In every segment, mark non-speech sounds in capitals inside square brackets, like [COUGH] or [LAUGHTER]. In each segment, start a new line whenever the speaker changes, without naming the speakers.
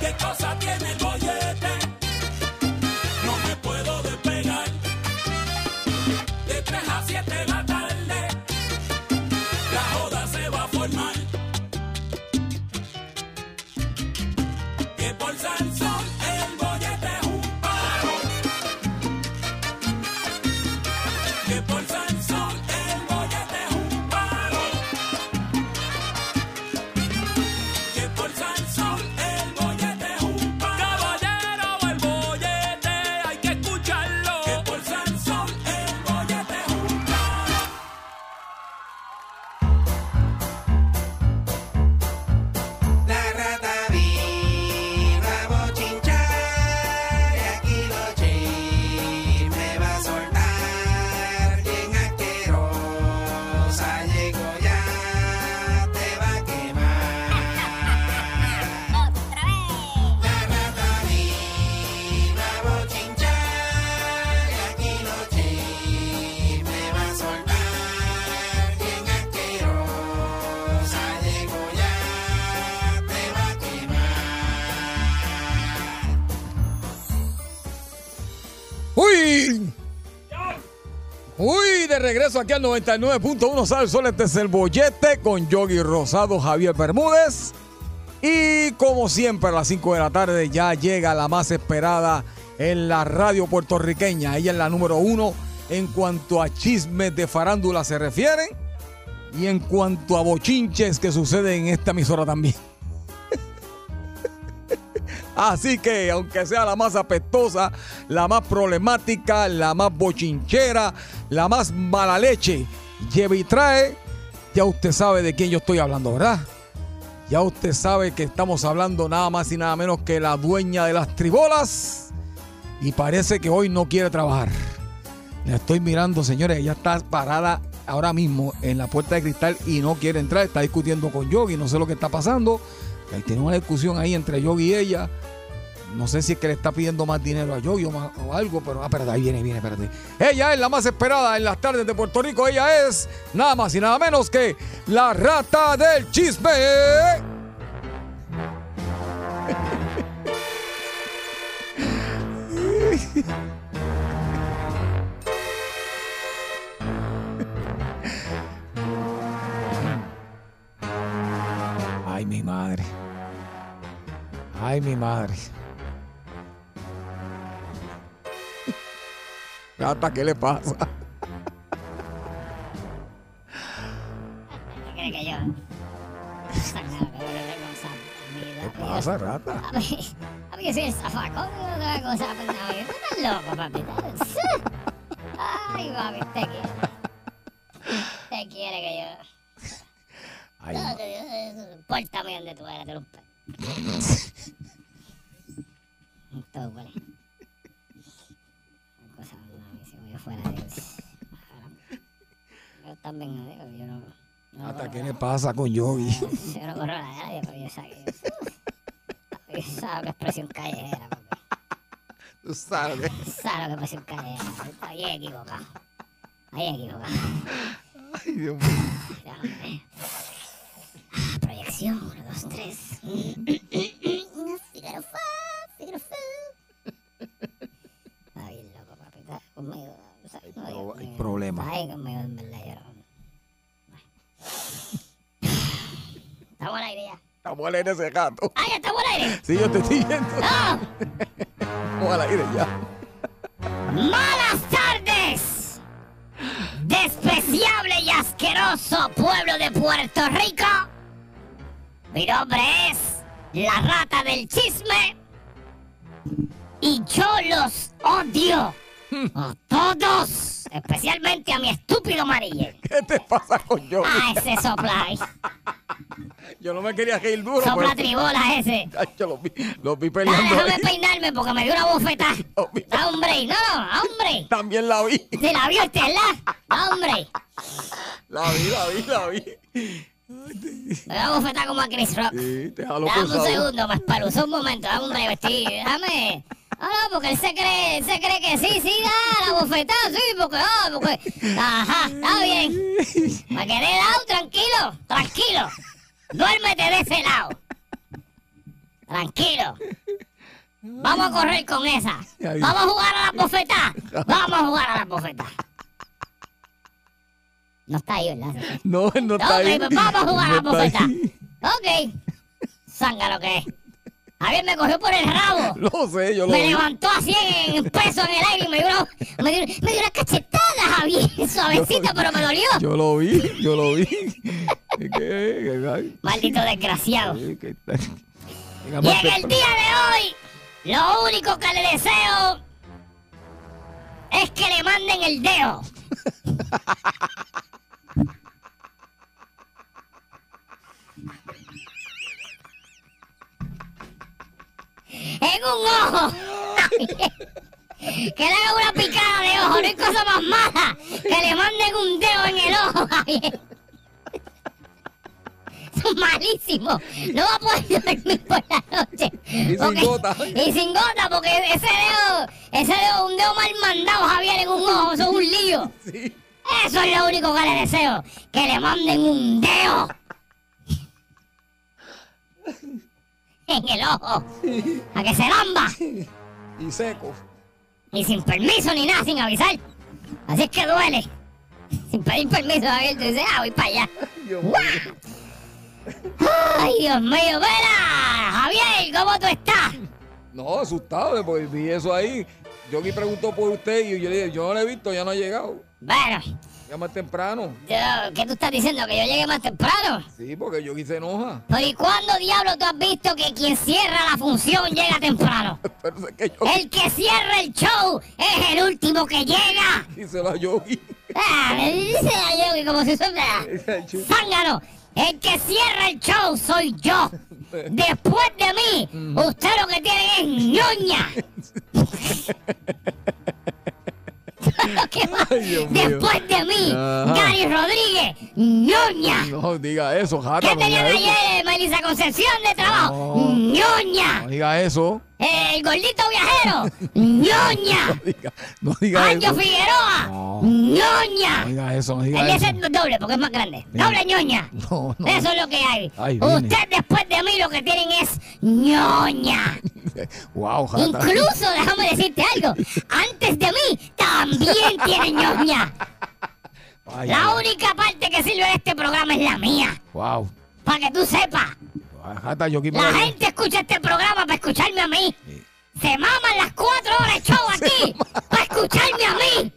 ¿Qué cosa tiene el bollete? No me puedo despegar. De 3 a 7 de la tarde, la joda se va a formar. Que por Sal Sol el bollete es un paro. Que por Sal Sol el bollete es un paro. Que por Sal Sol el bollete es un paro. Caballero, el bollete hay que escucharlo. Que por Sal Sol el bollete es un paro.
La rata viva a bochinchar y aquí los chismes va a soltar. Bien asquerosa llegó ya, te va a quemar. La rata viva a bochinchar y aquí los chismes va a soltar. Bien asquerosa llegó ya, te va a quemar.
¡Uy! ¡Uy! De regreso aquí al 99.1 Sal Sol. Este es el bollete con Yogi Rosado, Javier Bermúdez. Y como siempre, a las 5 de la tarde ya llega la más esperada en la radio puertorriqueña. Ella es la número uno en cuanto a chismes de farándula se refieren y en cuanto a bochinches que suceden en esta emisora también. Así que, aunque sea la más apestosa, la más problemática, la más bochinchera, la más mala leche, lleva y trae, ya usted sabe de quién yo estoy hablando, ¿verdad? Ya usted sabe que estamos hablando nada más y nada menos que la dueña de las tribolas y parece que hoy no quiere trabajar. La estoy mirando, señores, ella está parada ahora mismo en la puerta de cristal y no quiere entrar, está discutiendo con Yogi, no sé lo que está pasando. Ahí tiene una discusión ahí entre Yogi y ella. No sé si es que le está pidiendo más dinero a Yogi o, más- o algo, pero ah, espérate, ahí viene, viene, espérate. Ella es la más esperada en las tardes de Puerto Rico. Ella es nada más y nada menos que la rata del chisme. Ay, mi madre. Ay, mi madre. Rata, ¿qué le pasa?
¿Qué crees que yo?
¿Mm?
Sacado, que voy a ver con Sam.
¿Qué pasa, rata?
A mí, a mí que soy el zafacón, no te voy a gozar, pues, no, yo- tú estás loco, papi. estás- Ay, papi, te quiere. Te quiere que yo.
Ay,
No, te Dios, pórtame donde tú eres, trompa. Todo huele. Una Cosa, no, si voy fuera de Yo también, no digo, yo no. no
rata,
corro
¿qué
la-
le pasa con Yogi?
Yo no corro la de nadie, pero yo saqué. Yo sabe que es presión callejera, papi.
Tú sabes.
Sabe que es presión callejera. Está bien equivocado. Ahí equivocado.
Ay, Dios mío.
Déjame. Ah, Proyección, uno, dos, tres. Figaro fa, Figaro fa. Está bien loco, papi. Está conmigo. ¿sabes? No, Dios
hay
mío.
problema.
Está ahí conmigo, en verdad, yo no- Estamos al aire ya.
Estamos al aire ese gato.
¡Ah, ya estamos al aire!
Sí, yo te estoy viendo.
¡Ah!
Estamos al aire ya.
Malas tardes, despreciable y asqueroso pueblo de Puerto Rico. Mi nombre es la rata del chisme y yo los odio a todos, especialmente a mi estúpido Marille,
¿Qué te pasa con Yogi?
a ese sopla,
Yo no me quería reír duro,
sopla
pero
tribola ese.
Ay, yo los vi, los vi
Ah,
peleando.
déjame
ahí.
peinarme porque me dio una bofetada.
Hombre.
Ah, hombre, no, ah, hombre.
También la vi.
Se la vio este, ¿verdad? Ah, hombre.
La vi, la vi, la vi.
Me voy a bofetar como a Chris Rock.
Sí, te jaló
Dame un
pesado.
segundo, Maspalus, un momento, dame un break, estoy- Déjame Ah, no, porque él se cree, él se cree que sí, sí, da la bofetada, sí, porque, ah, porque, ajá, está bien. Me quedé dado, tranquilo, tranquilo. Duérmete de ese lado. Tranquilo. Vamos a correr con esa. Vamos a jugar a la bofetada. Vamos a jugar a la bofetada. No está ahí, ¿verdad?
No, no está
Ok,
ahí.
pues vamos a jugar a la
No está
bofetada.
ahí.
Ok. Sanga lo que es. Javier me cogió por el rabo.
Lo sé, yo lo
Me
vi.
levantó a 100 pesos en el aire y me dio una, me dio, me dio una cachetada, Javier. Suavecita, pero me dolió.
Yo lo vi, yo lo vi. [LAUGHS] Es que, ay,
Maldito desgraciado.
es que está- Llega
Y
más
en el
temprano.
día de hoy, lo único que le deseo es que le manden el dedo. [LAUGHS] en un ojo. que le hagan una picada de ojo. No hay cosa más mala que le manden un dedo en el ojo, Javier. Son malísimos. No va a poder dormir por la noche.
sin
Porque-
gota.
Y sin gota, porque ese dedo, ese dedo, un dedo mal mandado, Javier, en un ojo, eso es un lío.
Sí.
Eso es lo único que le deseo. Que le manden un dedo. En el ojo. A que se lamba.
Y seco.
Y sin permiso ni nada, sin avisar. Así es que duele. Sin pedir permiso, Javier, te dice, ah, voy para allá.
Dios mío.
Ay, Dios mío, vela. Javier, ¿cómo tú estás?
No, asustado, porque vi eso ahí. Yo me preguntó por usted y yo le dije, yo no lo he visto, ya no ha llegado.
Bueno,
Ya más temprano.
yo- ¿qué tú estás diciendo? ¿Que yo llegué más temprano?
Sí, porque yo quise enoja. [LAUGHS]
¿Pero y cuándo diablo tú has visto que quien cierra la función llega temprano?
Pero es que yo
El que cierra el show es el último que llega.
quise la yogi. [LAUGHS]
Ah, me dice la Yogi como si fuera zángano. El que cierra el show soy
[LAUGHS]
yo. Después de mí,
Mm.
usted lo que tiene
[LAUGHS]
es ñoña. ¿Qué más?
Ay, Dios mío.
Después de mí,
Ajá.
Gary Rodríguez, ñoña.
No diga eso,
¿Qué
Jara. No
tenían
diga eso.
ayer, Melissa Concepción de trabajo?
No.
ñoña.
No diga eso.
El gordito viajero, ñoña.
No diga, no diga
Anjo
eso.
Figueroa,
No.
ñoña.
No diga eso, no
El
diga
de
eso.
ese es doble porque es más grande.
Mira.
Doble ñoña.
No, no.
Eso es lo que hay.
Ahí viene.
Usted después de mí lo que tienen es ñoña.
Wow, Jara.
Incluso, déjame decirte algo, antes de mí también tienen ñoña.
Ay,
La única parte que sirve de este programa es la mía.
Wow.
Para que tú sepas,
Jata, yo
la gente escucha este programa para escucharme a mí. Se maman las cuatro horas de
[LAUGHS]
show aquí para escucharme a mí.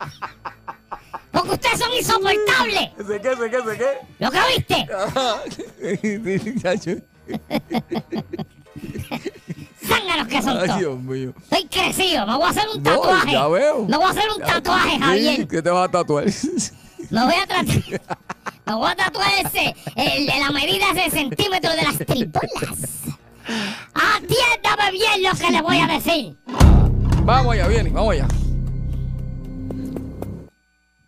Porque ustedes son insoportables.
¿Se qué, se qué, se qué?
¿Lo que viste?
Ajá. Sí, [LAUGHS] sí, chacho.
Zánganos que son
Ay,
todos.
Dios mío.
Estoy crecido, me voy a hacer un
No,
tatuaje.
ya veo.
Me voy a hacer un tatuaje,
Sí,
Javier.
¿Qué te vas a tatuar? [LAUGHS]
Me voy a tratar. Me voy a tatuar ese, el, la medida de centímetros de las tripolas. Atiéndame bien lo que le voy a decir.
Vamos allá, viene, vamos allá.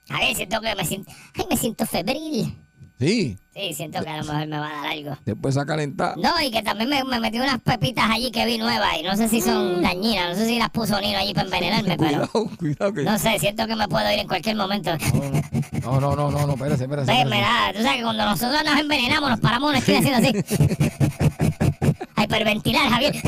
A ver, siento que me siento. Ay, me siento febril.
Sí,
Sí, siento que a lo mejor me va a dar algo.
después a calentar.
No, y que también me, me metí unas pepitas allí que vi nuevas y no sé si
Mm.
son dañinas, no sé si las puso Nino allí
[LAUGHS]
para envenenarme, pero.
Cuidado, cuidado que.
No sé, siento que me puedo ir en cualquier momento.
No, no, no, no, no, espérese, espérese.
Sí,
espérese.
mira, tú sabes que cuando nosotros nos envenenamos nos paramos una esquina haciendo así.
[LAUGHS]
A hiperventilar, Javier. [LAUGHS]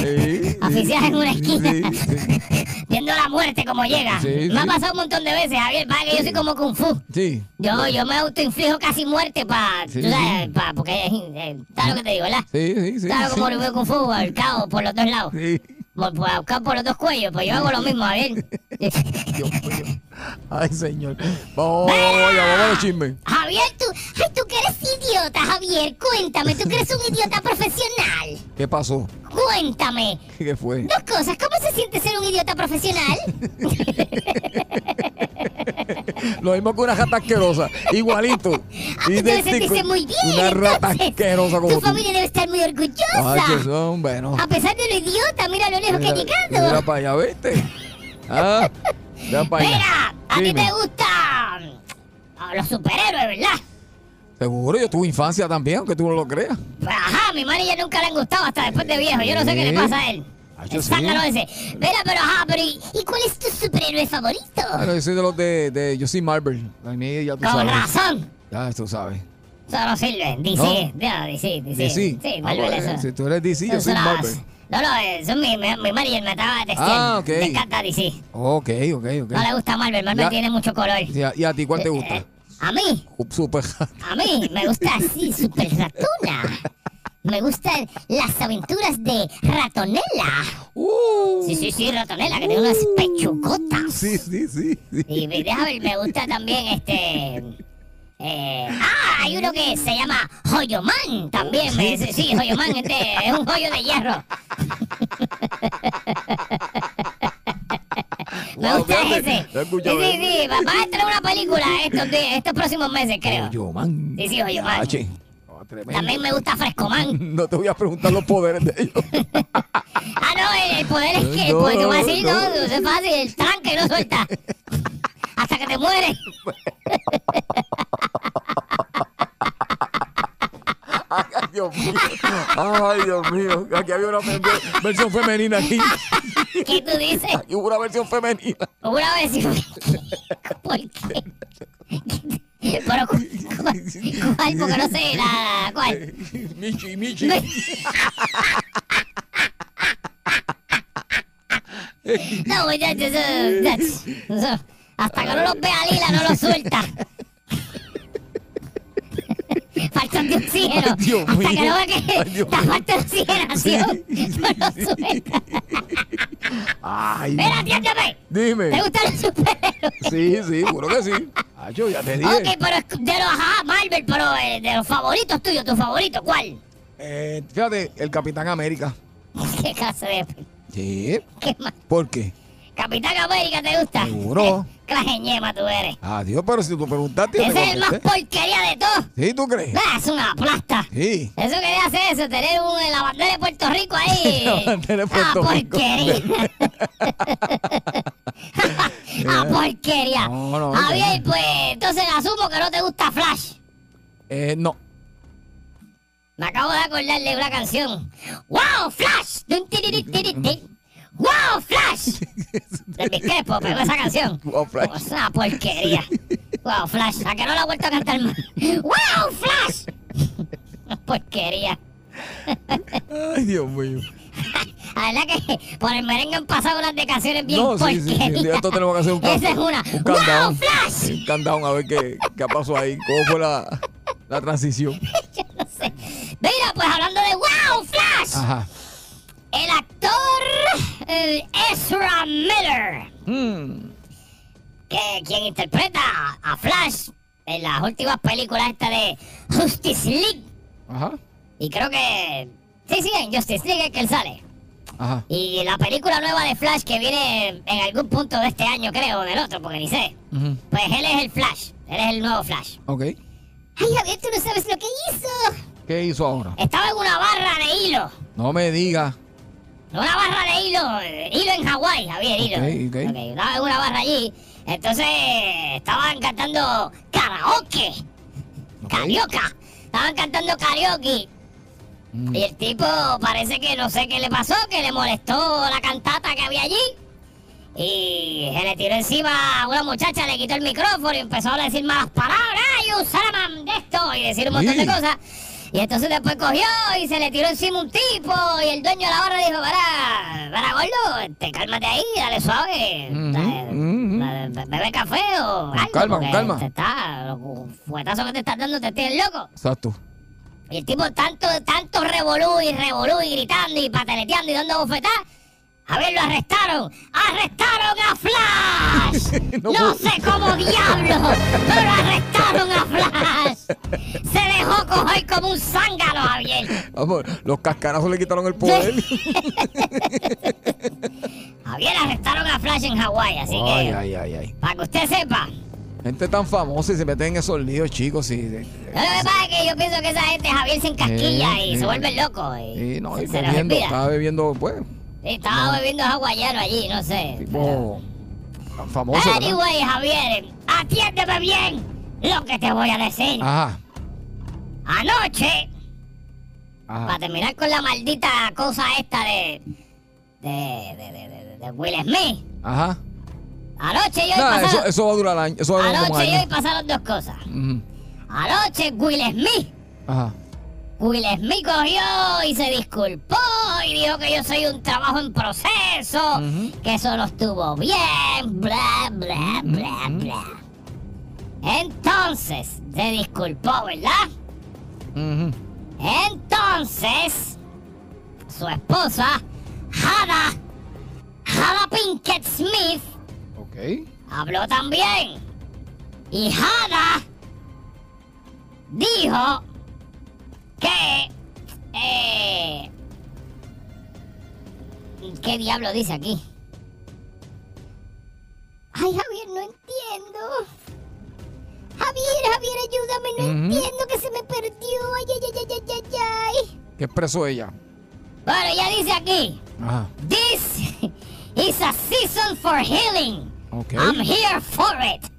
Sí, sí,
Oficial en una
sí,
esquina.
Sí, sí,
Viendo la muerte como llega.
Sí,
Me ha
sí.
pasado un montón de veces, Javier. Para que yo soy como Kung Fu.
sí.
Yo, yo me autoinflijo casi muerte para...
Sí,
tú sabes,
sí.
pa- porque... eh, ¿Sabes lo que te digo, verdad?
Sí, sí, sí.
¿Sabes cómo
sí,
lo veo Kung Fu? Al cabo, por los dos lados.
sí.
Por, por, al cabo, por los dos cuellos. Pues yo hago lo mismo, Javier.
Dios mío. Ay, señor. Vamos, allá, vamos a los chismes.
Javier, tú... Ay, tú que eres idiota, Javier. Cuéntame, tú que eres un idiota profesional.
¿Qué pasó?
Cuéntame,
¿Qué fue?
dos cosas. ¿Cómo se siente ser un idiota
[LAUGHS]
profesional?
Lo mismo que una rata asquerosa.
[LAUGHS]
Igualito.
Tú debes
idéntico.
sentirse muy bien.
Una rata
entonces.
asquerosa como
Tu
tú.
familia debe estar muy
Ay, que
orgullosa.
son, bueno.
A pesar de lo idiota, mira lo lejos que ha
Mira, mira
llegado.
para allá, ¿viste? Ah, mira para allá.
Mira, a ti
Dime.
te gustan ah, los superhéroes, ¿verdad?
Seguro, yo tuve infancia también, aunque tú no lo creas.
Pues, Ajá, a mi manager nunca le han gustado hasta después de viejo. Yo no sé
Ah,
qué le
Sí.
pasa a él.
Hacho, sí.
Sácalo ese. Mira, pero ajá, pero ¿y, y cuál es tu superhéroe favorito?
Bueno, Ah, yo soy de los de, de yo soy Marvel. A mí ya tú
Con
sabes.
razón.
Ya tú sabes.
Eso no sirve. DC. No, DC, DC.
DC.
Sí,
Ah,
Marvel
bueno,
eso.
si tú eres DC, yo
Eso
soy
no,
Marvel.
No, no, eh, son mi, mi, mi manager me estaba testeando.
Ah, ok.
Me encanta DC.
Ok, ok, ok.
No le gusta Marvel, Marvel
Ya.
tiene mucho color.
¿Y a, y a ti cuál te
Eh,
gusta?
a mí,
Super.
a mí me gusta [LAUGHS] así, super ratona. Me gustan las aventuras de Ratonela.
Uh,
Sí, sí, sí, Ratonela, que tiene unas pechugotas.
sí, sí, sí. sí.
Y me- deja ver, me gusta también este. eh, ah, hay uno que se llama Joyoman también. me- sí, sí, Joyoman este, es un joyo
[LAUGHS]
de hierro. me
Wow,
gusta
fíjate,
ese.
lo he
Sí,
escuchado,
sí, sí, va, va a entrar una película estos, días- estos próximos meses, creo.
Yo, man.
Sí, sí, oye, man.
Ah, che. Oh, tremendo.
También me gusta Frescoman.
No te voy a preguntar los poderes de ellos. [LAUGHS]
Ah, no, el, el poder es que. el
No,
poder que voy a decir,
no.
no, no, es fácil, el tranque no
[LAUGHS]
suelta. Hasta que te mueres.
Ay, Dios mío. Ay, Dios mío. Aquí había una fe- versión femenina. Aquí,
¿Qué tú
[LAUGHS]
dices?
aquí hubo una versión femenina. [LAUGHS]
Una vez y- ¿Por qué? [LAUGHS] Pero, ¿cu- ¿cuál? ¿Cuál? Porque no sé nada. ¿Cuál?
Michi, Michi.
No, muchachos, eso- eso- Hasta que no los vea lila, no los suelta. Falta de oxígeno.
Ay, Dios
Hasta que
mío.
no vea que
Ay, Dios
está
mío.
falta de oxigenación, no los suelta.
Ay,
Mira, atiéndeme. ¿Te
dime.
gustan los superhéroes?
Sí, sí, juro que sí. Ay, yo ya te dije.
Ok, pero es de los ajá, Marvel, pero eh, de los favoritos tuyos, tu favorito, ¿cuál? [LAUGHS]
Eh, fíjate, el Capitán América.
¿Qué clase de...
Sí.
¿Qué más?
¿Por qué?
Capitán América te gusta. [LAUGHS]
Seguro.
Clase ñema tú eres.
Adiós, pero si tú preguntaste, yo te
Ese es el más
contesté.
porquería de todos.
¿Sí, tú crees?
Ah, Es una plasta.
Sí.
Eso quería hacer eso, tener un, la bandera de Puerto
[LAUGHS]
Rico ahí.
La bandera de Puerto
ah,
Rico.
porquería.
[LAUGHS]
[LAUGHS] ah, porquería.
No, no,
Javier, pues entonces asumo que no te gusta Flash.
Eh, no.
Me acabo de acordar de una canción. ¡Wow, Flash! Dun, ti, di, di, di, di.
[LAUGHS]
¡Wow, Flash! De mi quepo, pero esa canción.
Wow, Flash.
Es una porquería. ¡Wow, Flash! ¿A que no la he vuelto a cantar más? ¡Wow, Flash! [LAUGHS] porquería.
Ay, Dios mío.
La verdad que por el merengue han pasado unas de canciones bien
No, sí, sí, sí.
porquerías.
Esto tenemos que hacer un
[LAUGHS] Esa es
countdown.
una.
Un countdown.
¡Wow, Flash!
Un countdown, a ver qué, qué pasó ahí. ¿Cómo fue la, la transición?
Yo no sé. Mira, pues hablando de ¡Wow, Flash!
Ajá.
El actor eh, Ezra Miller. que quien interpreta a Flash en las últimas películas esta de Justice League.
Ajá.
Y creo que... Sí, sí, en Justice League es que él sale.
Ajá.
Y la película nueva de Flash que viene en algún punto de este año, creo, o del otro, porque ni sé.
Ujú.
Pues él es el Flash, él es el nuevo Flash.
Ok.
Ay, Javier, tú no sabes lo que hizo.
¿Qué hizo ahora?
Estaba en una barra de hilo.
No me digas.
Una barra de hilo, eh, hilo en Hawái, Javier, hilo.
Ok, ok.
Ok, una, una barra allí. Entonces estaban cantando karaoke, carioca. Estaban cantando karaoke. Y el tipo parece que no sé qué le pasó, que le molestó la cantata que había allí. Y se le tiró encima a una muchacha, le quitó el micrófono y empezó a decir malas palabras. ¡Ay, un salaman de esto! Y decir un montón de
Sí.
cosas. Y entonces después cogió y se le tiró encima un tipo. Y el dueño de la barra dijo, para, para gordo, te cálmate ahí, dale suave.
Ujú,
Dale,
ujú.
dale, be- Bebe café o algo.
calma, con
porque
calma.
Te está, los fuetazos que te estás dando te tienen loco.
Exacto.
Y el tipo tanto, tanto revolú y revolú y gritando y pataleteando y dando bofetadas. A ver, lo arrestaron. ¡Arrestaron a Flash!
[LAUGHS] No
No,
puedo-
sé cómo diablos, pero arrestaron a Flash. Se dejó coger como un zángano, Javier.
Vamos, los cascarazos le quitaron el poder.
[LAUGHS] Javier, arrestaron a Flash en Hawái, así
Ay,
que,
ay, ay, ay.
para que usted sepa.
Gente tan famosa y se meten en esos líos, chicos. Y,
Lo que pasa es que yo pienso que esa gente, Javier, se encasquilla
Eh,
y
eh.
se vuelve loco. Y,
y no, y
se, se les
bebiendo,
olvida.
estaba bebiendo, pues,
Sí, estaba bebiendo hawaiano allí, no sé. pero-
tipo tan famoso. ¿verdad?
Anyway, Javier, atiéndeme bien lo que te voy a decir.
Ajá, Ah.
Anoche, para
ajá.
terminar con la maldita cosa esta de, de, de, de- de- de Will Smith.
Ajá.
Anoche y hoy
Nada, eso,
pasaron,
eso va a durar años. Eso va a durar como
anoche y hoy
años.
pasaron dos cosas.
Ujú.
Anoche Will Smith.
Ajá.
Will Smith cogió y se disculpó y dijo que yo soy un trabajo en proceso, que eso no estuvo bien, bla, bla, bla, bla. Entonces, se disculpó, ¿verdad?
Ujú.
Entonces, su esposa, Hada, Hada Pinkett Smith,
Ok.
habló también. Y Hada dijo que... eh, ¿Qué diablo dice aquí? Ay, Javier, no entiendo. Javier, Javier, ayúdame, no
Ujú.
entiendo que se me perdió. Ay, ay, ay, ay, ay, ay, ay.
¿Qué expresó ella?
Bueno, ya dice aquí.
Ajá.
This is a season for healing.
Ok.
I'm here for it.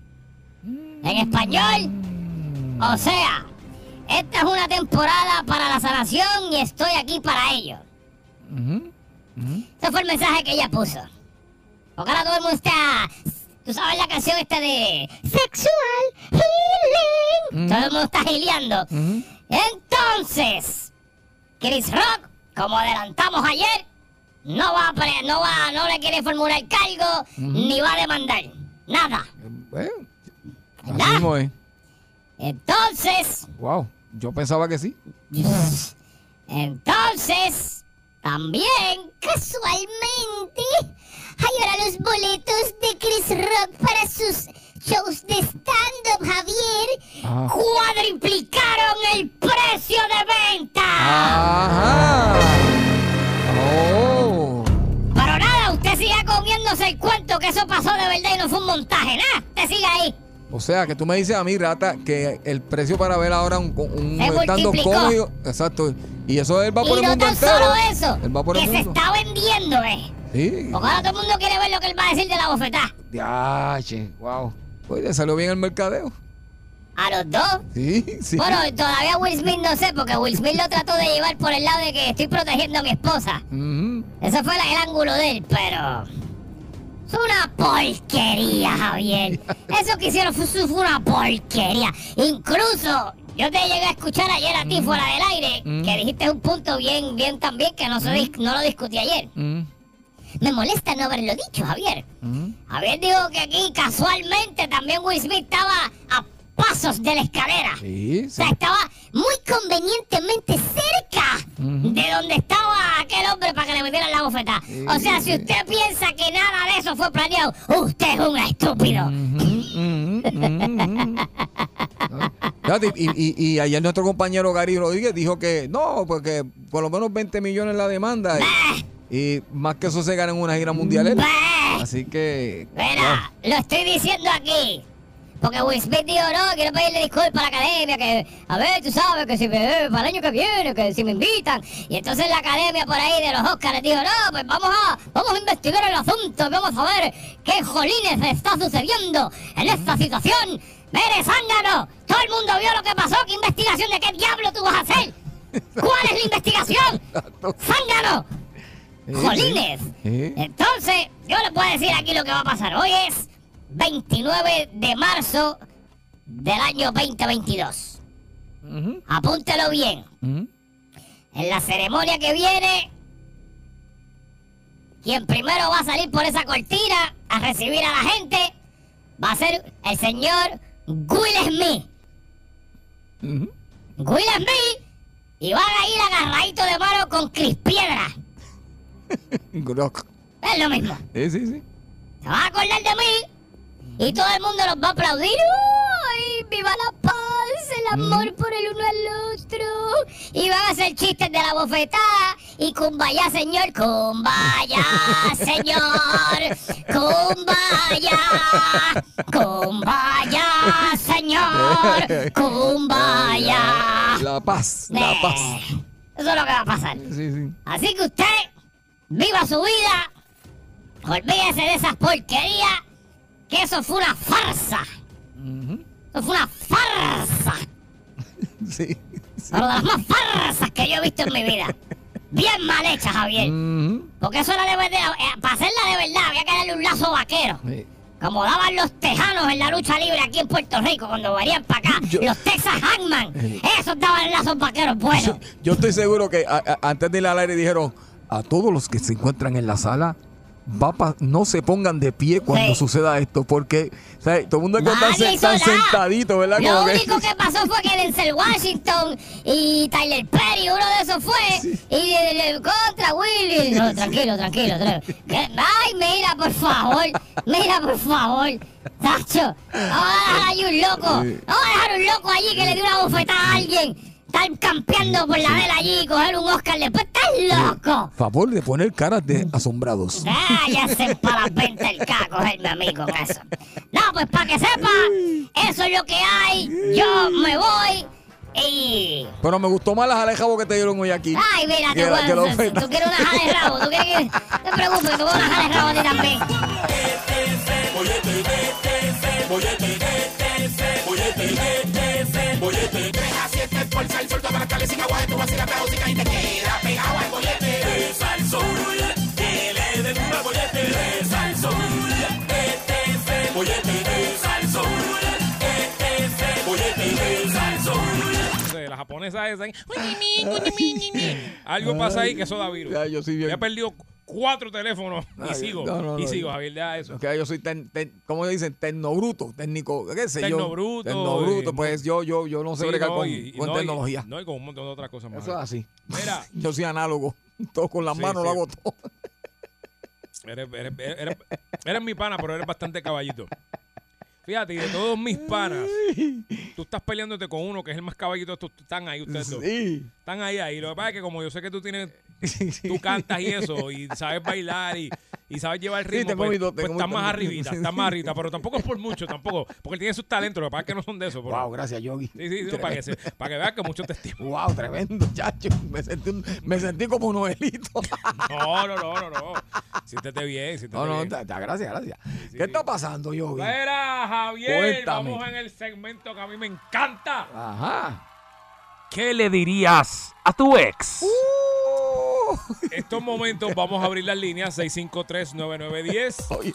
En español, o sea, esta es una temporada para la sanación y estoy aquí para ello.
Ujú.
Ese fue el mensaje que ella puso. Porque ahora todo el mundo está... Tú sabes la canción esta de... Sexual Healing. Todo el mundo está gileando. Entonces, Chris Rock, como adelantamos ayer, no va a, pre- no va, no le quiere formular cargo ni va a demandar. Nada.
Bueno, Eh, pues, así
¿Verdad?
mismo es.
Entonces,
Wow. Yo pensaba que sí.
Entonces, también, casualmente, hay ahora los boletos de Chris Rock para sus shows de stand-up, Javier.
Ah.
Cuadriplicaron el precio de venta.
Ah.
Ah.
Ajá. Oh.
Pero nada, usted siga comiéndose el cuento que eso pasó de verdad y no fue un montaje, nada. Usted siga ahí.
O sea, que tú me dices a mí, Rata, que el precio para ver ahora un, un
Se
stand-up
multiplicó.
cómico. Exacto. Y eso él va por
Y
el
no
mundo
tan
entero.
solo eso,
Él va por
que
el
se
mundo.
está vendiendo, eh.
Sí.
Porque ahora todo el mundo quiere ver lo que él va a decir de la bofetada.
Diache, wow. Oye, le salió bien el mercadeo.
A los dos
Sí, sí.
Bueno, todavía Will Smith no sé, porque Will Smith lo trató de llevar por el lado de que estoy protegiendo a mi esposa.
Ujú.
Ese fue la- el ángulo de él, pero... Es una porquería,
[LAUGHS]
Javier. Eso que hicieron fue, fue una porquería. Incluso yo te llegué a escuchar ayer a ti
Mm.
fuera del aire, que dijiste un punto bien, bien también que no, se dis-
Mm.
no lo discutí ayer.
Ujú.
Me molesta no haberlo dicho, Javier.
Ujú.
Javier dijo que aquí casualmente también Will Smith estaba a pasos de la escalera.
Sí,
O
sí.
sea, estaba muy convenientemente cerca de donde estaba aquel hombre para que le metieran la bofeta. o sea, si usted piensa que nada de eso fue planeado, usted es un estúpido. [LAUGHS]
Ujú, ujú, ujú. Fíjate, y, y- y ayer nuestro compañero Gary Rodríguez dijo que no, porque por lo menos 20 millones la demanda. Y, y más que eso se gana en una gira mundial.
Bah.
Así que.
Mira, lo estoy diciendo aquí. Porque Will Smith dijo, no, quiero pedirle disculpas a la academia, que, a ver, tú sabes, que si me, eh, para el año que viene, que si me invitan. Y entonces la academia por ahí de los Oscars dijo, no, pues vamos a, vamos a investigar el asunto, vamos a ver qué jolines está sucediendo en esta situación. Mere zángano, todo el mundo vio lo que pasó, qué investigación de qué diablo tú vas a hacer. ¿Cuál es la
[LAUGHS]
investigación? ¡Zángano!
Sí, sí.
¡Jolines!
Sí.
Entonces, yo les voy a decir aquí lo que va a pasar. Hoy es 29 de marzo del año 2022.
Ujú,
Apúntelo bien.
ujú.
En la ceremonia que viene, quien primero va a salir por esa cortina a recibir a la gente va a ser el señor Will Smith.
Ujú.
Will Smith y van a ir agarradito de mano con Cris Piedra.
Grok.
Es lo mismo.
Sí, sí, sí.
se va a acordar de mí y todo el mundo los va a aplaudir. ¡Ay, viva la paz, el amor por el uno al otro! Y van a hacer chistes de la bofetada y cumbaya, señor,
[LAUGHS]
cumbaya, señor, cumbaya, cumbaya,
[LAUGHS]
señor, Ah, cumbaya.
La paz, la paz.
Eh, Eso es lo que va a pasar.
Sí, sí.
Así que usted, viva su vida, olvídese de esas porquerías, que eso fue una farsa. Eso fue una farsa,
Sí.
pero de las más farsas que yo he visto en mi vida. bien mal hecha, Javier.
Mm. Ujú.
Porque eso era de verdad. eh, Para hacerla de verdad había que darle un lazo vaquero.
Sí.
Como daban los tejanos en la lucha libre aquí en Puerto Rico cuando venían para acá.
Yo- Eh.
Los Texas Hangman. Esos daban lazos vaqueros buenos.
Yo estoy seguro que a- a- antes de ir al aire dijeron a todos los que se encuentran en la sala. va pa- no se pongan de pie cuando
Sí.
suceda esto, porque ¿sabes? todo el mundo que está
Nadie
sen-
hizo
tan
nada.
sentadito, ¿verdad?
Lo
Como que-
único que pasó fue que Denzel Washington y Tyler Perry, uno de esos fue, y le- le- contra Willy. No, tranquilo, tranquilo, tranquilo. Que- Ay, mira, por favor, mira, por favor. Tacho, vamos a dejar ahí un loco. Vamos a dejar un loco allí que le dio una bofetada a alguien. Estar campeando por la vela allí y coger un Oscar después. ¡Estás loco!
Favor de poner caras de asombrados.
Ah, ya se para las ventas el caco, cogerme a mí con eso. No, pues para que sepa, eso es lo que hay. Yo me voy y.
Pero me gustó más las alejabos que te dieron hoy aquí.
Ay, mira,
Que
qué
la- que la
bueno.
oferta.
Tú quieres una jala de rabo, tú quieres que. No te preocupes, que te voy a una jala de rabo a ti también.
eh,
sé, la japonesa esa. ¿eh? ahí, "Uñimi, uñimi, uñimi". Algo pasa ahí que eso da virus.
Ya, yo soy bien-
Ya he perdido cuatro teléfonos y
Ay,
sigo.
no, no,
y
no,
sigo,
yo-
Javier, deja eso.
Ok, yo soy, ten, ten- ¿cómo le dicen? Tecnobruto, técnico, qué sé yo.
Tecnobruto,
Tecnobruto,
y-
pues yo, yo, yo no sé
Sí,
bregar
no,
con,
y- y
con
no, y-
tecnología.
no, y con un montón de otras cosas más.
Eso es así.
Mira,
Yo soy análogo. [LAUGHS] Todo con las
Sí,
manos
sí.
lo hago todo.
eres, eres- eres- eres mi pana, pero eres bastante caballito. Fíjate, y de todos mis panas, tú estás peleándote con uno que es el más caballito de estos. Están ahí ustedes dos.
Sí.
Están ahí, ahí. Lo que pasa es que como yo sé que tú
[LAUGHS]
tienes, tú cantas y eso, y sabes bailar y, y sabes llevar el
Sí,
ritmo,
tengo
pues,
mi do-
pues
tengo mi
estás
do-
más arribita, estás más arribita, pero tampoco es por mucho, tampoco, porque él tiene sus talentos, lo que pasa es que no son de eso. pero-
Wow, gracias, Yogi.
sí, sí, sí, para que, se- para que veas que mucho
[LAUGHS]
te estimo.
Wow, tremendo, chacho. Me sentí, un- me sentí como un novelito.
No, no, no, no, no. Siéntete bien, siéntete
No, no,
bien.
ta- ta- gracias, gracias.
sí.
¿Qué está pasando, Yogi?
Mira, Javier,
Cuéntame.
vamos en el segmento que a mí me encanta.
Ajá. [LAUGHS]
¿Qué le dirías a tu ex?
Oh,
Estos momentos vamos a abrir las líneas 653-9910.
oye,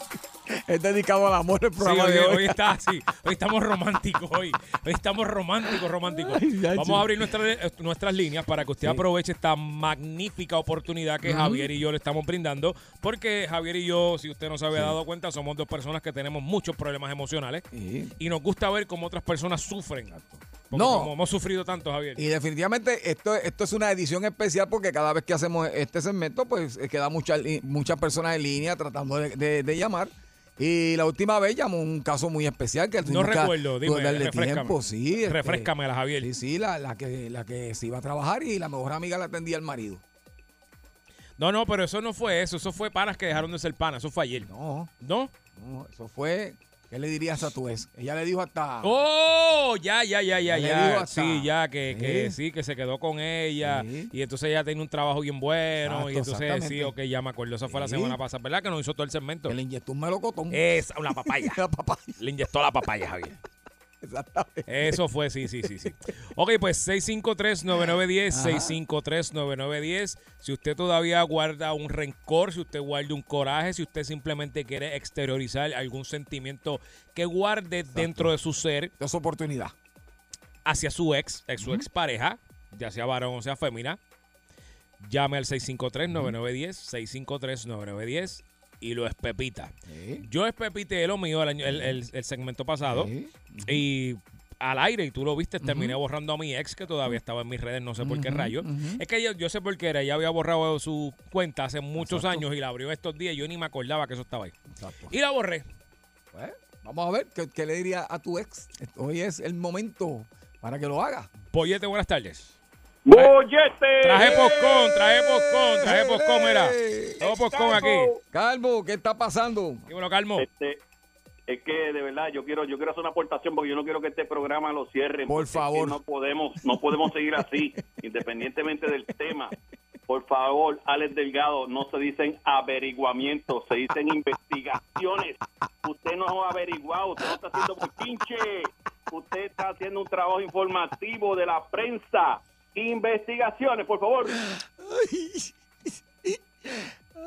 es dedicado al amor el
Sí,
programa
hoy,
de hoy.
hoy está así. Hoy estamos románticos hoy. Hoy estamos románticos, románticos.
Ay, ya,
Vamos
chico.
a abrir nuestras nuestras líneas para que usted aproveche esta magnífica oportunidad que Javier y yo le estamos brindando. Porque Javier y yo, si usted no se había dado cuenta, somos dos personas que tenemos muchos problemas emocionales.
Sí.
Y nos gusta ver cómo otras personas sufren. Porque
No.
Como hemos sufrido tanto, Javier.
Y definitivamente esto, esto es una edición especial porque cada vez que hacemos este segmento, pues eh, queda mucha li- muchas personas en línea tratando de, de- de llamar. Y la última vez llamó un caso muy especial que
No
tuvimos que
recuerdo, dime,
darle
refrescame.
tiempo, sí. este,
Refrescamela, Javier.
Sí, sí, la, la que, la que se iba a trabajar y la mejor amiga la atendía el marido.
No, no, pero eso no fue eso. Eso fue panas que dejaron de ser panas. Eso fue ayer. ¿No?
No,
¿No?
no, eso fue, ¿qué le dirías a tu ex? Ella le dijo hasta...
Oh, ya, ya, ya,
Ya
ya,
le
ya.
digo hasta-
Sí, ya, que, que
Sí.
sí, que se quedó con ella.
Sí.
Y entonces ella tenía un trabajo bien bueno. y
Exacto,
entonces sí,
exactamente.
ok, ya me acuerdo. Esa fue la
Sí.
semana pasada, ¿verdad? Que nos hizo todo el segmento.
Que le inyectó un melocotón.
Esa, una
[LAUGHS]
papaya.
La papaya,
Le inyectó la papaya, Javier.
[LAUGHS] exactamente.
Eso fue, sí, sí, sí, sí. Ok, pues 653-9910, 653-9910. Si usted todavía guarda un rencor, si usted guarda un coraje, si usted simplemente quiere exteriorizar algún sentimiento que guarde dentro de su ser,
Esa es su oportunidad.
hacia su ex, ex su expareja, ya sea varón o sea fémina, llame al 653-9910, 653-9910 y lo espepita.
Sí.
Yo espepité lo mío el, año- el- el- el segmento pasado
Sí.
y al aire, y tú lo viste, terminé borrando a mi ex que todavía estaba en mis redes, no sé por qué rayo. Es que yo, yo sé por qué era, ella había borrado su cuenta hace muchos años y la abrió estos días y yo ni me acordaba que eso estaba ahí.
Exacto.
Y la borré.
Pues, vamos a ver qué, qué le diría a tu ex. Hoy es el momento para que lo haga.
Pollete, buenas tardes.
Pues,
¡Bollete!
Traje poscón, traje poscón, traje poscón, mira. Todo poscón aquí.
Calvo, ¿qué está pasando?
Dímelo, Calmo.
Este, es que de verdad yo quiero yo quiero hacer una aportación porque yo no quiero que este programa lo cierren.
Por
porque es que
favor.
No podemos no podemos seguir
[LAUGHS]
así, independientemente del tema. Por favor, Alex Delgado, no se dicen averiguamientos, se dicen investigaciones. Usted no ha averiguado, usted no está haciendo pinche. Usted está haciendo un trabajo informativo de la prensa. Investigaciones, por favor.
[LAUGHS]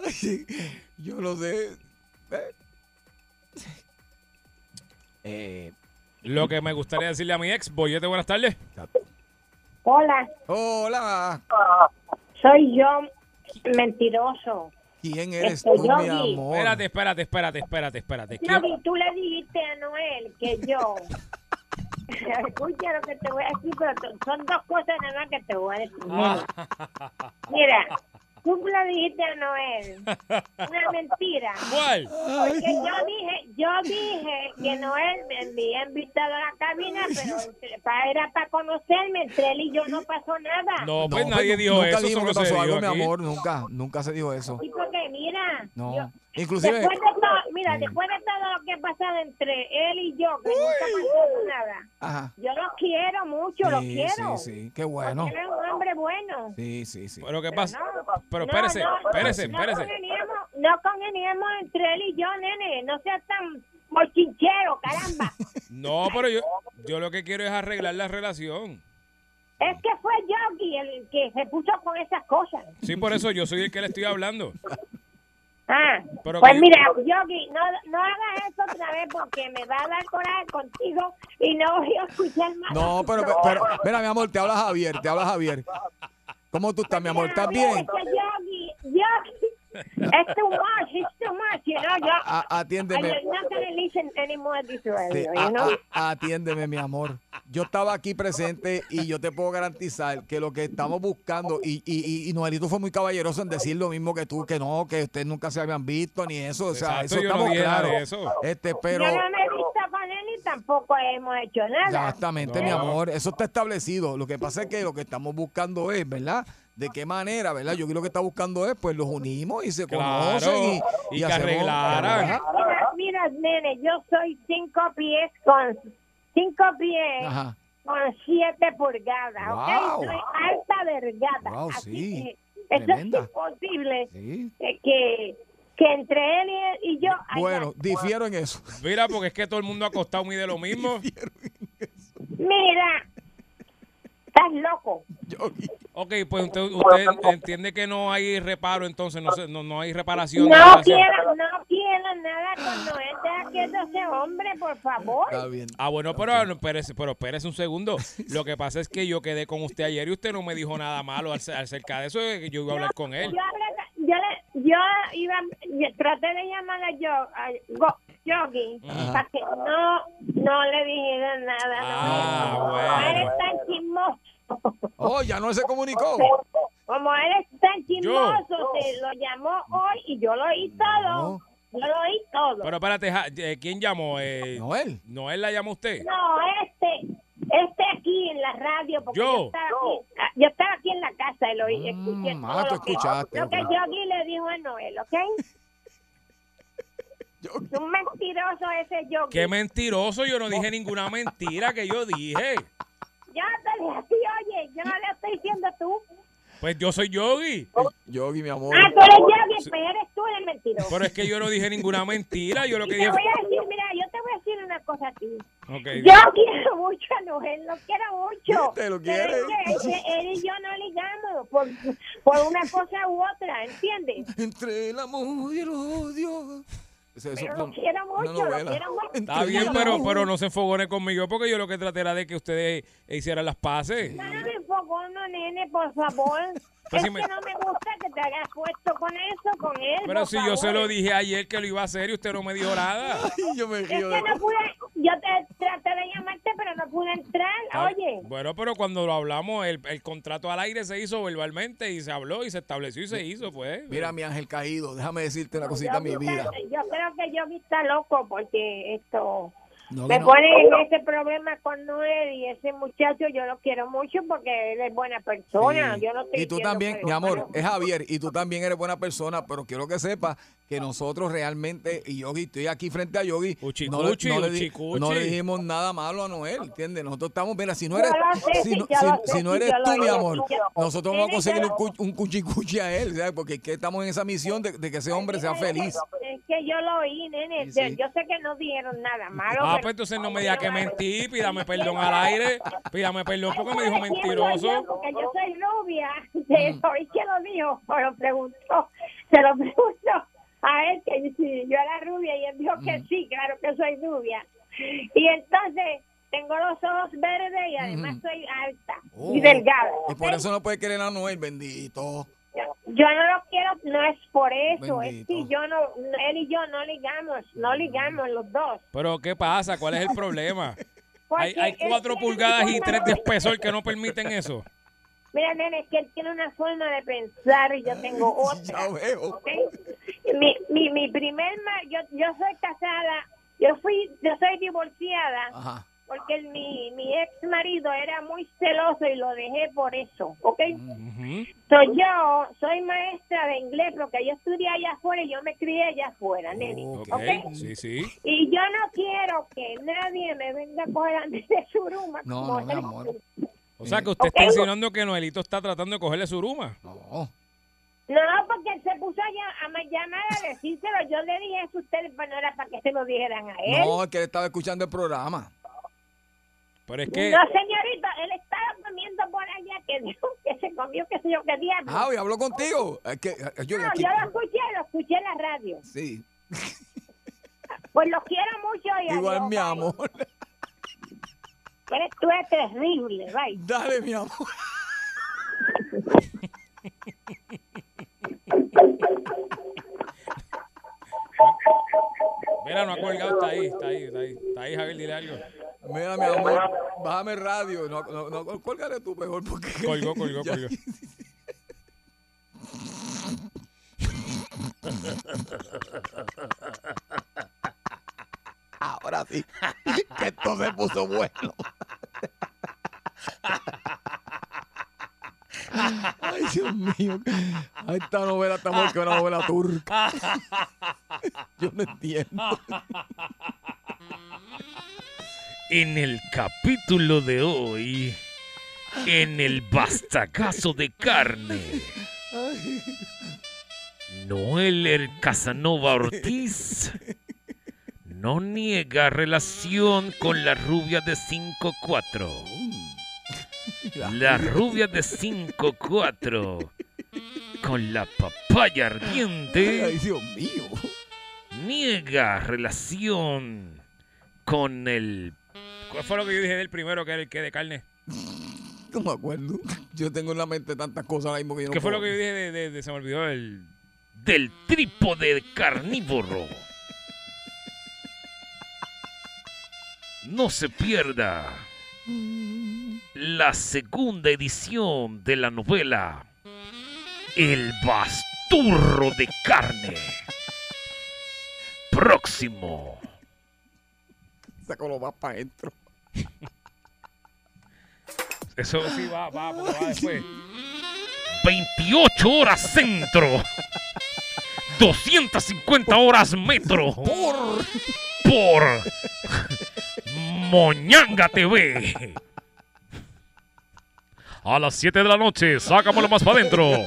Ay, yo no sé. Eh,
Lo que me gustaría decirle a mi ex, Boyete, buenas tardes.
Hola,
hola,
soy yo, mentiroso.
¿quién eres
Este,
tú, mi
Yogi.
amor?
Espérate, espérate, espérate, espérate, espérate.
No,
Quiero-
y tú le dijiste a Noel que yo. [LAUGHS] Escucha lo que te voy a decir, pero to- son dos cosas nada más que te voy a decir.
Ah,
Mira, tú le dijiste a Noel una mentira.
¿Cuál?
Porque yo dije, yo dije que Noel me había invitado a la cabina, pero entre- pa- era para conocerme, entre él y yo no pasó nada.
No, pues
No,
nadie
pues,
dijo
nunca
eso.
dijimos
solo
que
se
pasó
dio
algo, mi
aquí.
amor. Nunca, nunca se dijo eso.
Y porque mira,
No.
yo-
Inclusive, Mm.
después de todo, mira, después de todo lo que ha pasado entre él y yo, que nunca pasó nada,
ajá.
yo lo quiero mucho, lo
Sí,
quiero.
sí, sí, qué bueno.
Porque él es un hombre bueno.
Sí, sí, sí.
Pero qué pasa.
No,
Pero
no,
espérese,
no,
espérese,
no
espérese.
congeniemos, no congeniemos entre él y yo, nene. No seas tan mochinchero,
[LAUGHS]
caramba.
No, pero yo, yo lo que quiero es arreglar la relación.
Es que fue Yogi el que se puso con esas cosas.
Sí, por eso yo soy el que le estoy hablando.
Ah,
Pero
pues
que-
mira, Yogi, no, no hagas eso otra vez porque me va a dar coraje contigo y no voy a escuchar más.
No,
[LAUGHS]
pero, pero, mira, mi amor, te habla Javier, te habla Javier. ¿Cómo tú estás, mi amor? ¿Estás
Mira,
bien?
Es que Yogi, Yogi,
[LAUGHS]
Este it's too much, it's too much, you know, yo...
A-
I'm
Ah, atiéndeme.
not gonna listen anymore this radio,
Sí, ah,
you know.
a- a- atiéndeme, mi amor. Yo estaba aquí presente y yo te puedo garantizar que lo que estamos buscando, y, y, y- y Noelito fue muy caballeroso en decir lo mismo que tú, que no, que ustedes nunca se habían visto ni eso. O sea,
Exacto,
eso
yo no
estamos
dije nada de
claros.
eso.
Este, pero.
Yo no me he visto con él y tampoco hemos hecho nada.
Exactamente,
No.
mi amor. Eso está establecido. Lo que pasa es que lo que estamos buscando es, ¿verdad? De qué manera, ¿verdad? Yo creo que lo que está buscando es, pues los unimos y se
Claro,
conocen y,
y que arreglaran.
Ajá,
Mira, mira, nene, yo soy cinco pies con cinco pies
Ajá.
con siete pulgadas,
Wow.
¿ok? Soy alta vergada.
Wow,
así
sí.
que eso
Tremenda.
es imposible
Sí.
eh, que, que entre él y, y yo... haya-
Bueno, difiero en eso. [LAUGHS]
Mira, porque es que todo el mundo acostado mide lo mismo.
Mira, estás loco.
Yo-
Ok, pues usted, usted entiende que no hay reparo, entonces no, se- no, no hay reparación. de
No
relación.
quiero, no quiero nada con Noel, deja quieto a ese hombre, por favor.
Está bien.
Ah, bueno, pero no, espérese, pero espérese un segundo. Lo que pasa es que yo quedé con usted ayer y usted no me dijo nada malo acer- acerca de eso, de que yo iba a hablar con él.
Yo, hablé- yo, le- yo iba, yo traté de llamar a, yo, a Go- Yogi para que no, no le dijera nada.
Ah,
no,
bueno.
Él es tan chismoso.
Oh, ya no se comunicó.
Como él es tan chismoso, se lo llamó hoy y yo lo oí todo. Yo lo oí todo.
Pero espérate, ja- eh, ¿quién llamó? Eh,
Noel.
¿Noel la llamó usted?
No, este, este aquí en la radio, porque
Yo.
yo, estaba, aquí, ah, yo estaba aquí en la casa y lo oí. escuché
Mm,
todo
ah, tú
lo que-
escuchaste,
Lo que
ok.
Yogi le dijo a Noel, ¿ok?
[LAUGHS] Yo-
Un mentiroso ese yo.
Qué mentiroso, yo no dije ninguna mentira que yo dije.
Yo te [LAUGHS] dije a ti, oye, yo no le estoy diciendo tú.
Pues yo soy yogi.
Yogi, mi amor.
Ah, tú eres Yogi, pues eres tú el mentiroso.
Pero es que yo no dije ninguna mentira, yo lo
Y
que
te
dije
voy
fue...
a decir, mira, yo te voy a decir una cosa a ti.
Ok.
Yo quiero mucho a Noel, lo quiero mucho.
Te lo
Pero
quiere.
es que- es que él y yo no ligamos por, por una cosa u otra, ¿entiendes?
Entre el amor y el odio. Eso- eso
Pero
fue
lo quiero
una
mucho, lo
novela.
quiero mucho.
Entre
Está bien,
el
pero,
amor.
pero no se enfogone conmigo porque yo lo que traté era de que ustedes hicieran las paces.
No me enfogono, nene, por favor.
Pues
es
si
que
me-
no me gusta que te hagas puesto con eso, con él.
Pero
por
si yo se
favor.
lo dije ayer que lo iba a hacer y usted no me dijo [LAUGHS] nada.
Ay, Yo me
Es que
río de
no pude, yo te traté de llamarte, pero no pude entrar.
Ah,
Oye,
Bueno, pero cuando lo hablamos, el, el contrato al aire se hizo verbalmente y se habló y se estableció y se hizo, pues.
Mira, mi ángel caído, déjame decirte una cosita,
yo,
mi vida.
yo creo que yo está loco porque esto...
No,
Me
no.
pone en ese problema con Noel y ese muchacho yo lo quiero mucho porque él es buena persona.
Sí.
Yo no estoy
y tú
diciendo
también,
que-
mi amor, es Javier, y tú también eres buena persona, pero quiero que sepas que nosotros realmente, y Yogi, estoy aquí frente a Yogi,
Uchicuchi,
no, le- no le, di-
uchicuchi.
no le dijimos nada malo a Noel, ¿entiendes? Nosotros estamos, mira, si no eres,
Yo lo sé,
si
sí,
no,
yo
si-
lo sé,
si no
sí,
eres
yo lo
tú,
sé,
mi
yo
amor,
lo sé.
nosotros vamos a
Tiene que
conseguir un,
lo-
cu- un cuchicuchi a él, ¿sabes? Porque es que estamos en esa misión de, de que ese hombre sea feliz.
Es que yo lo oí, nene.
Sí, sí.
Yo sé que no dijeron nada malo.
Ah,
pero-
pues entonces no me diga que mentí,
[LAUGHS]
pídame perdón al aire, pídame perdón porque me dijo
¿Sabe quién lo oyó?
mentiroso.
Porque yo soy rubia. [LAUGHS] De hoy que lo dijo, se lo preguntó. Se lo [LAUGHS] preguntó a él que si yo era rubia y él dijo
Mm.
que sí, claro que soy rubia. Y entonces tengo los ojos verdes y además
Mm.
soy alta y
Oh.
delgada.
Y por eso no puede querer a Noel, bendito.
Yo no lo quiero, no es por eso, es
Bendito.
que yo no, él y yo no ligamos,
Mm.
no ligamos los dos.
Pero ¿qué pasa? ¿Cuál es el problema?
Porque
Hay, hay
él
cuatro
tiene
pulgadas
una
y
forma
tres de
de-
espesor que [LAUGHS] no permiten eso.
[LAUGHS] Mira, nene, es que él tiene una forma de pensar y yo
[LAUGHS]
tengo
[LAUGHS]
otra.
Ya veo.
¿ok? Mi, mi, mi primer ma- yo, yo soy casada, yo fui, yo soy divorciada
Ajá.
porque el- mi, mi ex marido era muy celoso y lo dejé por eso, ¿ok?
Ujú.
So, yo soy maestra de inglés porque yo estudié allá afuera y yo me crié allá afuera, nene.
Oh,
Ok,
Ok.
sí, sí.
Y yo no quiero que nadie me venga a coger antes de su ruma.
No,
como
no, mi
él-
amor.
O sea que usted está insinuando que Noelito está tratando de cogerle su ruma.
No.
No, porque él se puso a, llam- a ma- llamar a decírselo. Yo le dije eso a ustedes, pero no era para que se lo dijeran a él.
No, es que él estaba escuchando el programa.
Pero es que...
No, señorita, él estaba comiendo por allá que dijo que se comió, qué sé yo, qué diablo.
Ah, y habló contigo. Es que, eh, yo,
no,
aquí-
yo lo escuché, lo escuché en la radio.
[LAUGHS] sí,
Pues los quiero mucho y
igual
adiós,
mi
bye.
amor. [LAUGHS]
Eres, tú eres terrible, bye.
Dale, mi amor.
Mira, no ha colgado, está ahí, está ahí, está ahí. Está ahí, Javier, dile algo.
Mira, mi amor, bájame el radio. No, no, no, cuélgale tú mejor porque... [LAUGHS]
Colgó, colgó,
Ya-
colgó.
Ahora sí, [LAUGHS] que esto se puso bueno. [LAUGHS] Ay, Dios mío. Ay, Esta novela está mejor que una novela turca. [LAUGHS] Yo no entiendo.
En el capítulo de hoy, en el bastacazo de carne, Noel el Casanova Ortiz no niega relación con la rubia de 5'4. La rubia de 5'4 con la papaya ardiente
Ay, Dios mío.
niega relación con el
¿Cuál fue lo que yo dije del primero, que era el que de carne?
No me acuerdo. Yo tengo en la mente tantas cosas ahora mismo que yo no
¿Qué fue lo
puedo-
que yo dije de, de- de- se me olvidó el...
del trípode carnívoro. No se pierda la segunda edición de la novela El Basturro de Carne. Próximo
Saco lo más para adentro.
Eso sí va, va, porque va después.
28 horas centro. 250 horas metro.
¡Por!
por Moñanga TV. A las 7 de la noche, sacámoslo más para adentro.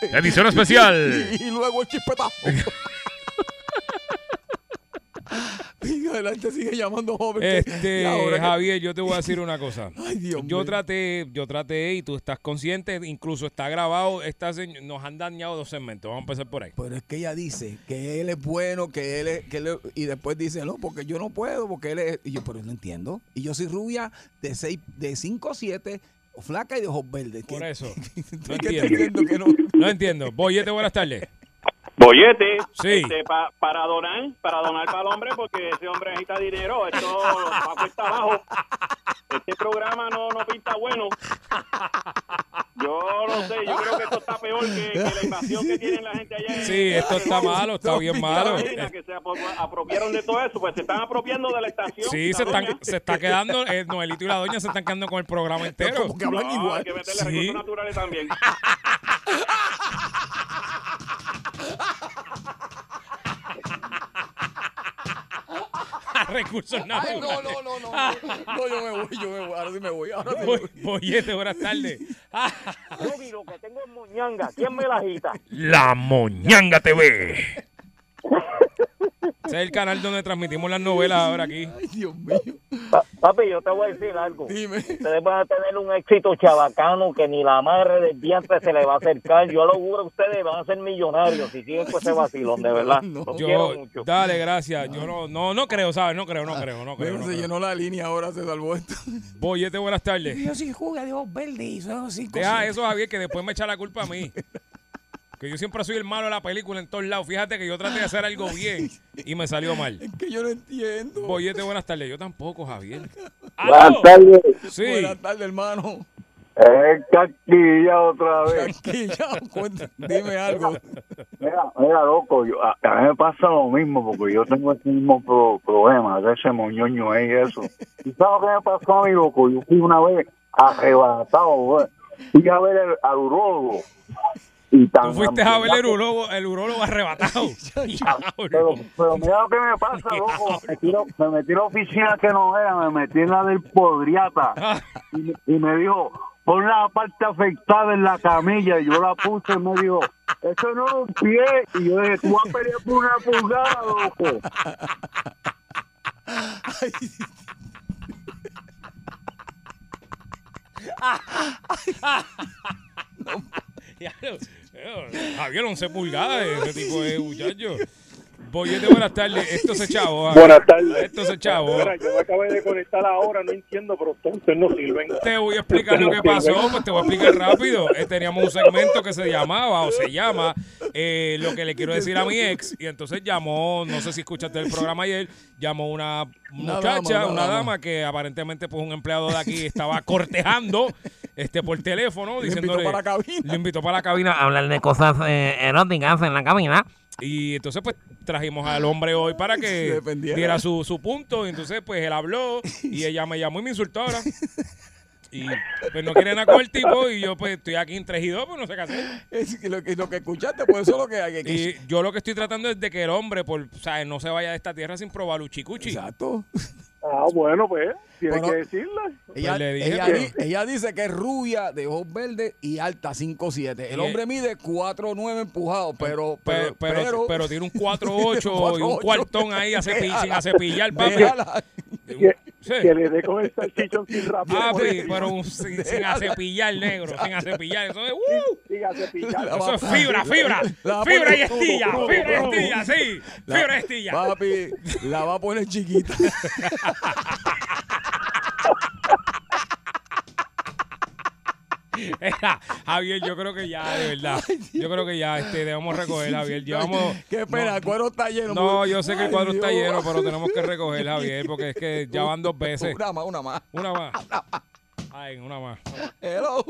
Edición especial.
Y, y luego el chispetazo.
[LAUGHS]
Venga, adelante, sigue llamando joven. que- y ahora
[LAUGHS] Este,
que-
Javier, yo te voy a decir una cosa.
[LAUGHS] Ay, Dios mío.
Yo traté, yo traté y tú estás consciente, incluso está grabado, esta señ- nos han dañado dos segmentos, vamos a empezar por ahí.
Pero es que ella dice que él es bueno, que él es. Que él es- y después dice, no, porque yo no puedo, porque él es. Y yo, pero no entiendo. Y yo soy rubia de 5 de cinco, siete, flaca y de ojos verdes. [LAUGHS]
Por
¿Qué-
eso. No
¿Qué te
entiendo.
entiendo que no?
No entiendo. Boyete, buenas tardes.
Bollete,
Sí.
este, pa- para donar, para donar para el hombre, porque ese hombre necesita dinero, esto va cuesta abajo. Este programa no, no pinta bueno. Yo no sé, yo creo que esto está peor que, que la invasión que tienen la gente allá. en-
Sí, esto está malo, está bien malo.
Carolina, que se apro- apropiaron de todo eso, pues se están apropiando de la estación.
Sí, se,
la
están,
doña.
se está quedando, eh, Noelito y la doña se están quedando con el programa entero.
Como
[LAUGHS]
que hablan
No,
igual.
Hay que meterle
Sí.
recursos naturales también.
Ah, recursos
Ay,
naturales.
no, no, no,
[LAUGHS]
no. no.
No, yo me voy, yo me voy. Ahora sí me voy. Ahora sí me voy.
Boy- Boyete, buenas tardes. Ah,
Rubi, lo que tengo es moñanga. ¿Quién me la agita?
La Moñanga TV.
ese es el canal donde transmitimos las novelas ahora aquí.
Ay, Dios mío.
Pa- papi, yo te voy a decir algo.
[LAUGHS] Dime.
Ustedes van a tener un éxito chabacano que ni la madre del vientre se le va a acercar. Yo lo juro, ustedes van a ser millonarios si siguen con ese vacilón, de verdad.
No.
Los quiero
Yo,
mucho.
dale, gracias. Yo no, no, no creo, ¿sabes? No creo,
Ah,
no creo, no creo.
Mira,
no
se
creo.
llenó la línea, ahora se salvó esto.
Boyete, buenas tardes.
Yo sí jugué de ojos verdes y son cinco.
Deja eso, Javier, que después me echa la culpa a mí. Que yo siempre soy el malo de la película en todos lados. Fíjate que yo traté de hacer algo bien y me salió mal.
Que yo no entiendo.
Boyete, buenas tardes. Yo tampoco, Javier.
Buenas
¡Aló!
tardes.
Sí.
Buenas tardes, hermano.
Es Castilla Eh, otra vez.
Tranquila, cuenta- dime algo.
Mira, mira, loco, yo- a, a mí me pasa lo mismo porque yo tengo ese mismo pro- problema de ese moñoño ahí y eso. ¿Y sabes lo que me pasó a mí, loco? Yo fui una vez arrebatado, güey. Fui a ver el- al urólogo. Y tan,
Tú fuiste a ver el
tan-
urólogo, el urólogo arrebatado.
Pero,
Diablo.
pero mira lo que
[LAUGHS]
me pasa, loco. Me metí, lo- me metí en la oficina que no era, me metí en la del Podriata. Y, me- y me dijo, pon la parte afectada en la camilla. Y yo la puse y me dijo, eso no es un pie. [LAUGHS] Y yo dije, tú vas a pelear por una pulgada, loco.
Diablo. [LAUGHS] Javier, 11 pulgadas ese tipo de muchacho. Boyete, buenas tardes. Esto se chavo. Javier.
Buenas tardes.
Esto se chavo.
Mira, yo me acabé de conectar ahora, no entiendo, pero ustedes no sirven.
Te
[LAUGHS]
voy a explicar lo que pasó, pues te voy a explicar rápido. Eh, teníamos un segmento que se llamaba o se llama eh, Lo que le quiero decir a mi ex. Y entonces llamó, no sé si escuchaste el programa ayer, llamó una
Una
muchacha,
dama, una
una
dama.
dama que aparentemente pues un empleado de aquí estaba cortejando este por teléfono,
invitó
diciéndole
para la cabina.
le invitó para la cabina a
Hablar de cosas eróticas en la cabina.
y entonces, pues, trajimos al hombre hoy
[LAUGHS]
para
Ah. Se
que
defendiera.
diera su, su punto. Y entonces, pues, él habló
[LAUGHS]
y ella me llamó y me insultó ahora. Y pues no quiere nada con el tipo y yo pues estoy aquí en 3 y 2, pues no sé qué hacer.
Es que lo, que lo que escuchaste, pues eso es lo que hay que
Y yo lo que estoy tratando es de que el hombre, por, o sea, no se vaya de esta tierra sin probar luchicuchi.
Exacto.
Ah, bueno, pues, tienes
Bueno. que
decirle.
Ella,
le dije,
ella
pero-
di- ella dice que es rubia, de ojos verdes y alta 5'7. El
Y-
hombre mide 4'9 empujado, pero...
Pero,
Pero,
pero,
[LAUGHS]
pero tiene un 4-8 y un
4'8.
cuartón ahí a cepi- sin acepillar, papi.
Déjala.
Sí.
le dé con el salchichón sin
Papi, pero un- sin, sin acepillar, negro, sin acepillar. Eso es... ¡uh!
La
Eso
va-
es fibra, fibra.
La va a
Fibra
poner-
y estilla,
Rubo,
fibra y
rubo,
estilla,
rubo.
sí.
La-
Fibra y [LAUGHS] estilla.
Papi, la va a poner
[LAUGHS]
chiquita.
Era, Javier, yo creo que ya, de verdad. Yo creo que ya este, debemos recoger, Javier. Llevamos.
Qué pena, el
no,
cuadro está lleno.
no, yo sé que el
Ay,
cuadro está
Dios.
lleno, pero tenemos
[LAUGHS]
que recoger, Javier, porque es que ya van dos veces.
Una más, una más.
Una más. Ay, una más.
Hello.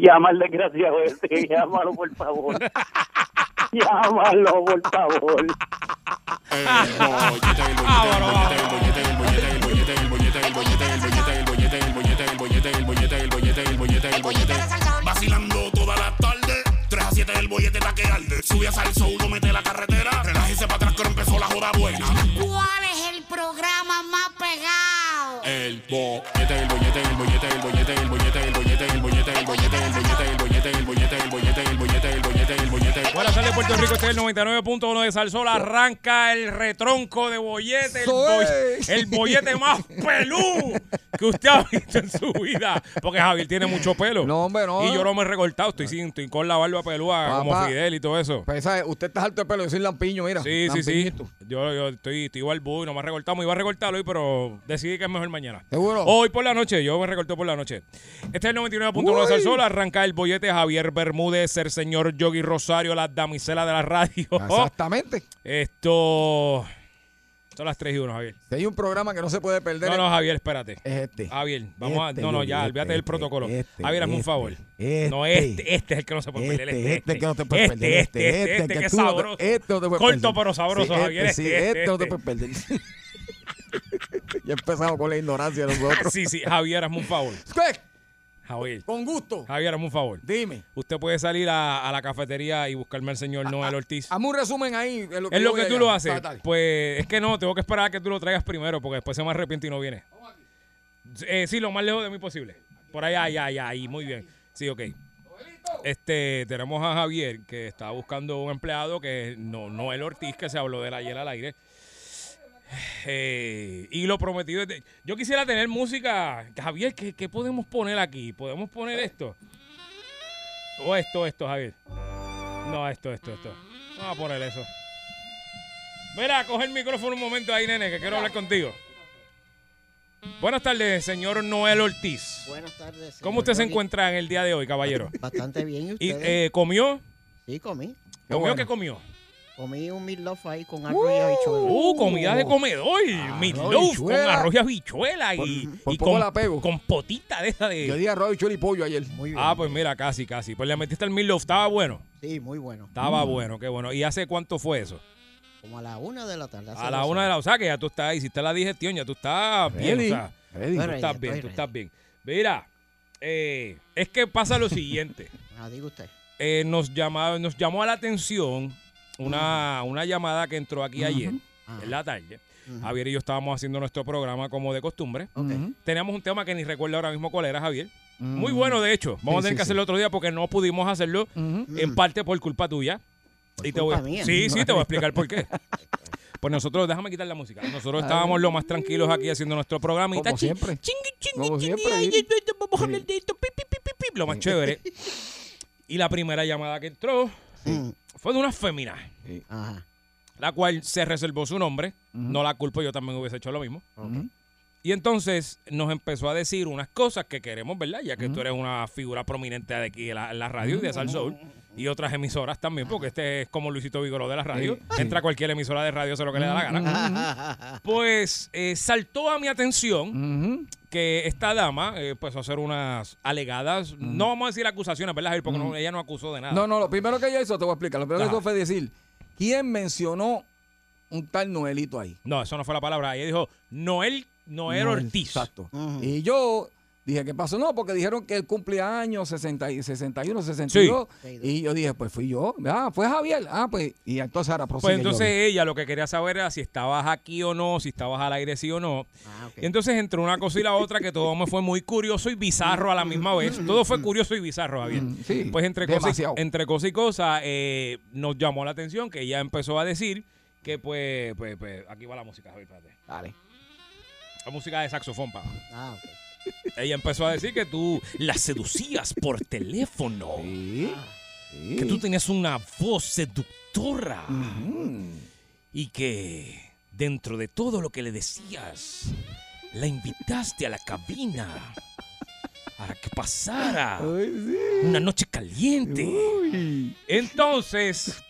Llama al desgraciado ese, llámalo por favor. Llámalo por favor.
Vacilando toda la tarde, 3 a 7 del bollete está que arde. Sube a salso, uno mete la carretera. Relájese para atrás que ahora empezó la joda buena.
¿Cuál es el programa más pegado?
El bollete, el bollete, el bollete, el bollete, el bollete, el bollete, el bollete, el bollete, el bollete, el bollete, el bollete, el bollete, el bollete, el bollete, el bollete.
Buenas tardes, Puerto Rico. Este es el 99.1 de Salsol. Arranca el retronco de bollete. El, boy-
Soy.
el
[LAUGHS]
bollete más pelú que usted ha visto en su vida. Porque Javier tiene mucho pelo.
No, hombre, no.
Y yo no me he recortado. Estoy, sin, estoy con la barba pelúa
Papá.
como Fidel y todo eso.
Pues, ¿sabes? Usted está alto de pelo, yo soy lampiño, mira.
Sí, sí, sí.
lampiñito.
Yo, yo estoy, estoy barbudo y no me he recortado. Me iba a recortar hoy, pero decidí que es mejor mañana.
¿Seguro?
Hoy por la noche, yo me recorté por la noche. Este es el 99.1 de Salsol. Arranca el bollete Javier Bermúdez, el señor Yogi Rosario, la damisela de
[LAUGHS]
la radio.
Ah, Exactamente.
Esto. Son las 3 y 1, Javier.
Si hay un programa que no se puede perder,
No, no, Javier, espérate.
es este.
Javier, vamos
Este,
a. No, no, ya,
este,
olvídate del
este,
protocolo.
este,
Javier, hazme un
este,
favor.
este.
no, este, este es el que no se puede
Este,
perder.
este, este que no te puedes
este,
perder.
Este, este, este, que es
tú no te-
sabroso.
este no te puedes
Corto
perder.
pero sabroso,
Sí,
Javier.
Este, sí,
este,
este no te
este.
puedes perder. [LAUGHS] ya empezamos con la ignorancia de nosotros.
este. Sí, sí, Javier, hazme un favor.
¿Qué?
Javier.
Con gusto.
Javier, hazme un favor.
Dime.
Usted puede salir a, a la cafetería y buscarme al señor Noel Ortiz.
Hazme un resumen ahí. de
es
yo
lo
voy
que tú
allá. Ah,
lo haces.
Dale, dale.
Pues es que no, tengo que esperar a que tú lo traigas primero porque después se me arrepiente y no viene. Eh, sí, lo más lejos de mí posible. Por allá, allá, allá, ahí, muy bien. Sí, ok. Este, tenemos a Javier que está buscando un empleado que es no, Noel Ortiz, que se habló de él ayer al aire. Eh, y lo prometido es de- Yo quisiera tener música. Javier, ¿qué, ¿qué podemos poner aquí? ¿Podemos poner esto? O esto, esto, Javier. No, esto, esto, esto. Vamos a poner eso. Mira, coge el micrófono un momento ahí, nene, que quiero hablar contigo. Buenas tardes, señor Noel Ortiz.
Buenas tardes.
¿Cómo usted se
señor.
encuentra en el día de hoy, caballero?
Bastante bien, ¿y
¿Y
ustedes?
eh, comió?
Sí, comí.
¿Comió qué comió?
Comí un meatloaf ahí con arroz y habichuela.
Uh, comida
Oh.
de comedor,
Ah,
meatloaf con
habichuela.
arroz y habichuela y, y con, con potita de esa de... Yo
di arroz, habichuela y pollo ayer.
Ah, pues mira, casi, casi. Pues le metiste el meatloaf, estaba bueno.
Sí, muy bueno.
Estaba
Mm.
bueno, qué bueno. ¿Y hace cuánto fue eso?
Como a la una de la tarde. hace
A la
dos
una de
horas.
la... O sea, que ya tú estás, hiciste la digestión, ya tú estás pues, bien,
Ready,
o sea,
ready.
Tú
Estoy
estás
ready,
bien,
estoy
tú estás bien. Mira, eh, es que pasa lo siguiente.
Ah, diga usted.
eh, nos, llamaba- nos llamó a la atención una, una llamada que entró aquí ayer, en la tarde. Javier y yo estábamos haciendo nuestro programa como de costumbre. Teníamos un tema que ni recuerdo ahora mismo cuál era, Javier. Muy bueno, de hecho. Vamos
Sí,
a tener
sí,
que hacerlo otro día porque no pudimos hacerlo, en parte por culpa tuya. Y te voy,
culpa mía.
sí, sí, te voy a explicar
[LAUGHS]
por qué. Pues nosotros, déjame quitar la música. Nosotros estábamos lo más tranquilos aquí haciendo nuestro programa.
Como siempre. Como siempre.
Vamos a hablar de esto, pi, pi, pi, pi, pi, lo
[LAUGHS]
más chévere. Y la primera llamada que entró fue de una fémina,
Ajá.
la cual se reservó su nombre. No la culpo, yo también hubiese hecho lo mismo. Y entonces nos empezó a decir unas cosas que queremos, ¿verdad? Ya que tú eres una figura prominente de aquí en la, en la radio y de Sal Soul y otras emisoras también, porque este es como Luisito Vigoró de la radio.
Sí,
Entra a cualquier emisora de radio, hace lo que le da la gana. Pues eh, saltó a mi atención que esta dama eh, empezó a hacer unas alegadas, no vamos a decir acusaciones, ¿verdad, Javier? Porque no- ella no acusó de nada.
No, no, lo primero que ella hizo, te voy a explicar. Lo primero
Ajá.
que hizo fue decir, ¿quién mencionó un tal Noelito ahí?
No, eso no fue la palabra. Ella dijo Noel, Noel,
Noel,
Ortiz.
Exacto. Y yo dije, ¿qué pasó? No, porque dijeron que él cumplía años 60, y 61, 62. Y yo dije, pues fui yo. Ah, fue Javier. Ah, pues. Y entonces ahora
Pues
prosigue,
entonces
Yogi.
ella lo que quería saber era si estabas aquí o no, si estabas al aire sí o no. Y entonces entre una cosa y la otra que todo me fue muy curioso y bizarro a la misma vez. Todo fue curioso y bizarro, Javier.
Mm,
pues entre cosa, y,
demasiado.
entre cosa y cosa eh, nos llamó la atención que ella empezó a decir que pues, pues, pues, aquí va la música, Javier, espérate.
Dale.
La música de saxofón, pa.
Ah,
[LAUGHS] Ella empezó a decir que tú la seducías por teléfono. Que tú tenías una voz seductora. Y que dentro de todo lo que le decías, la invitaste a la cabina para que pasara una noche caliente. Entonces...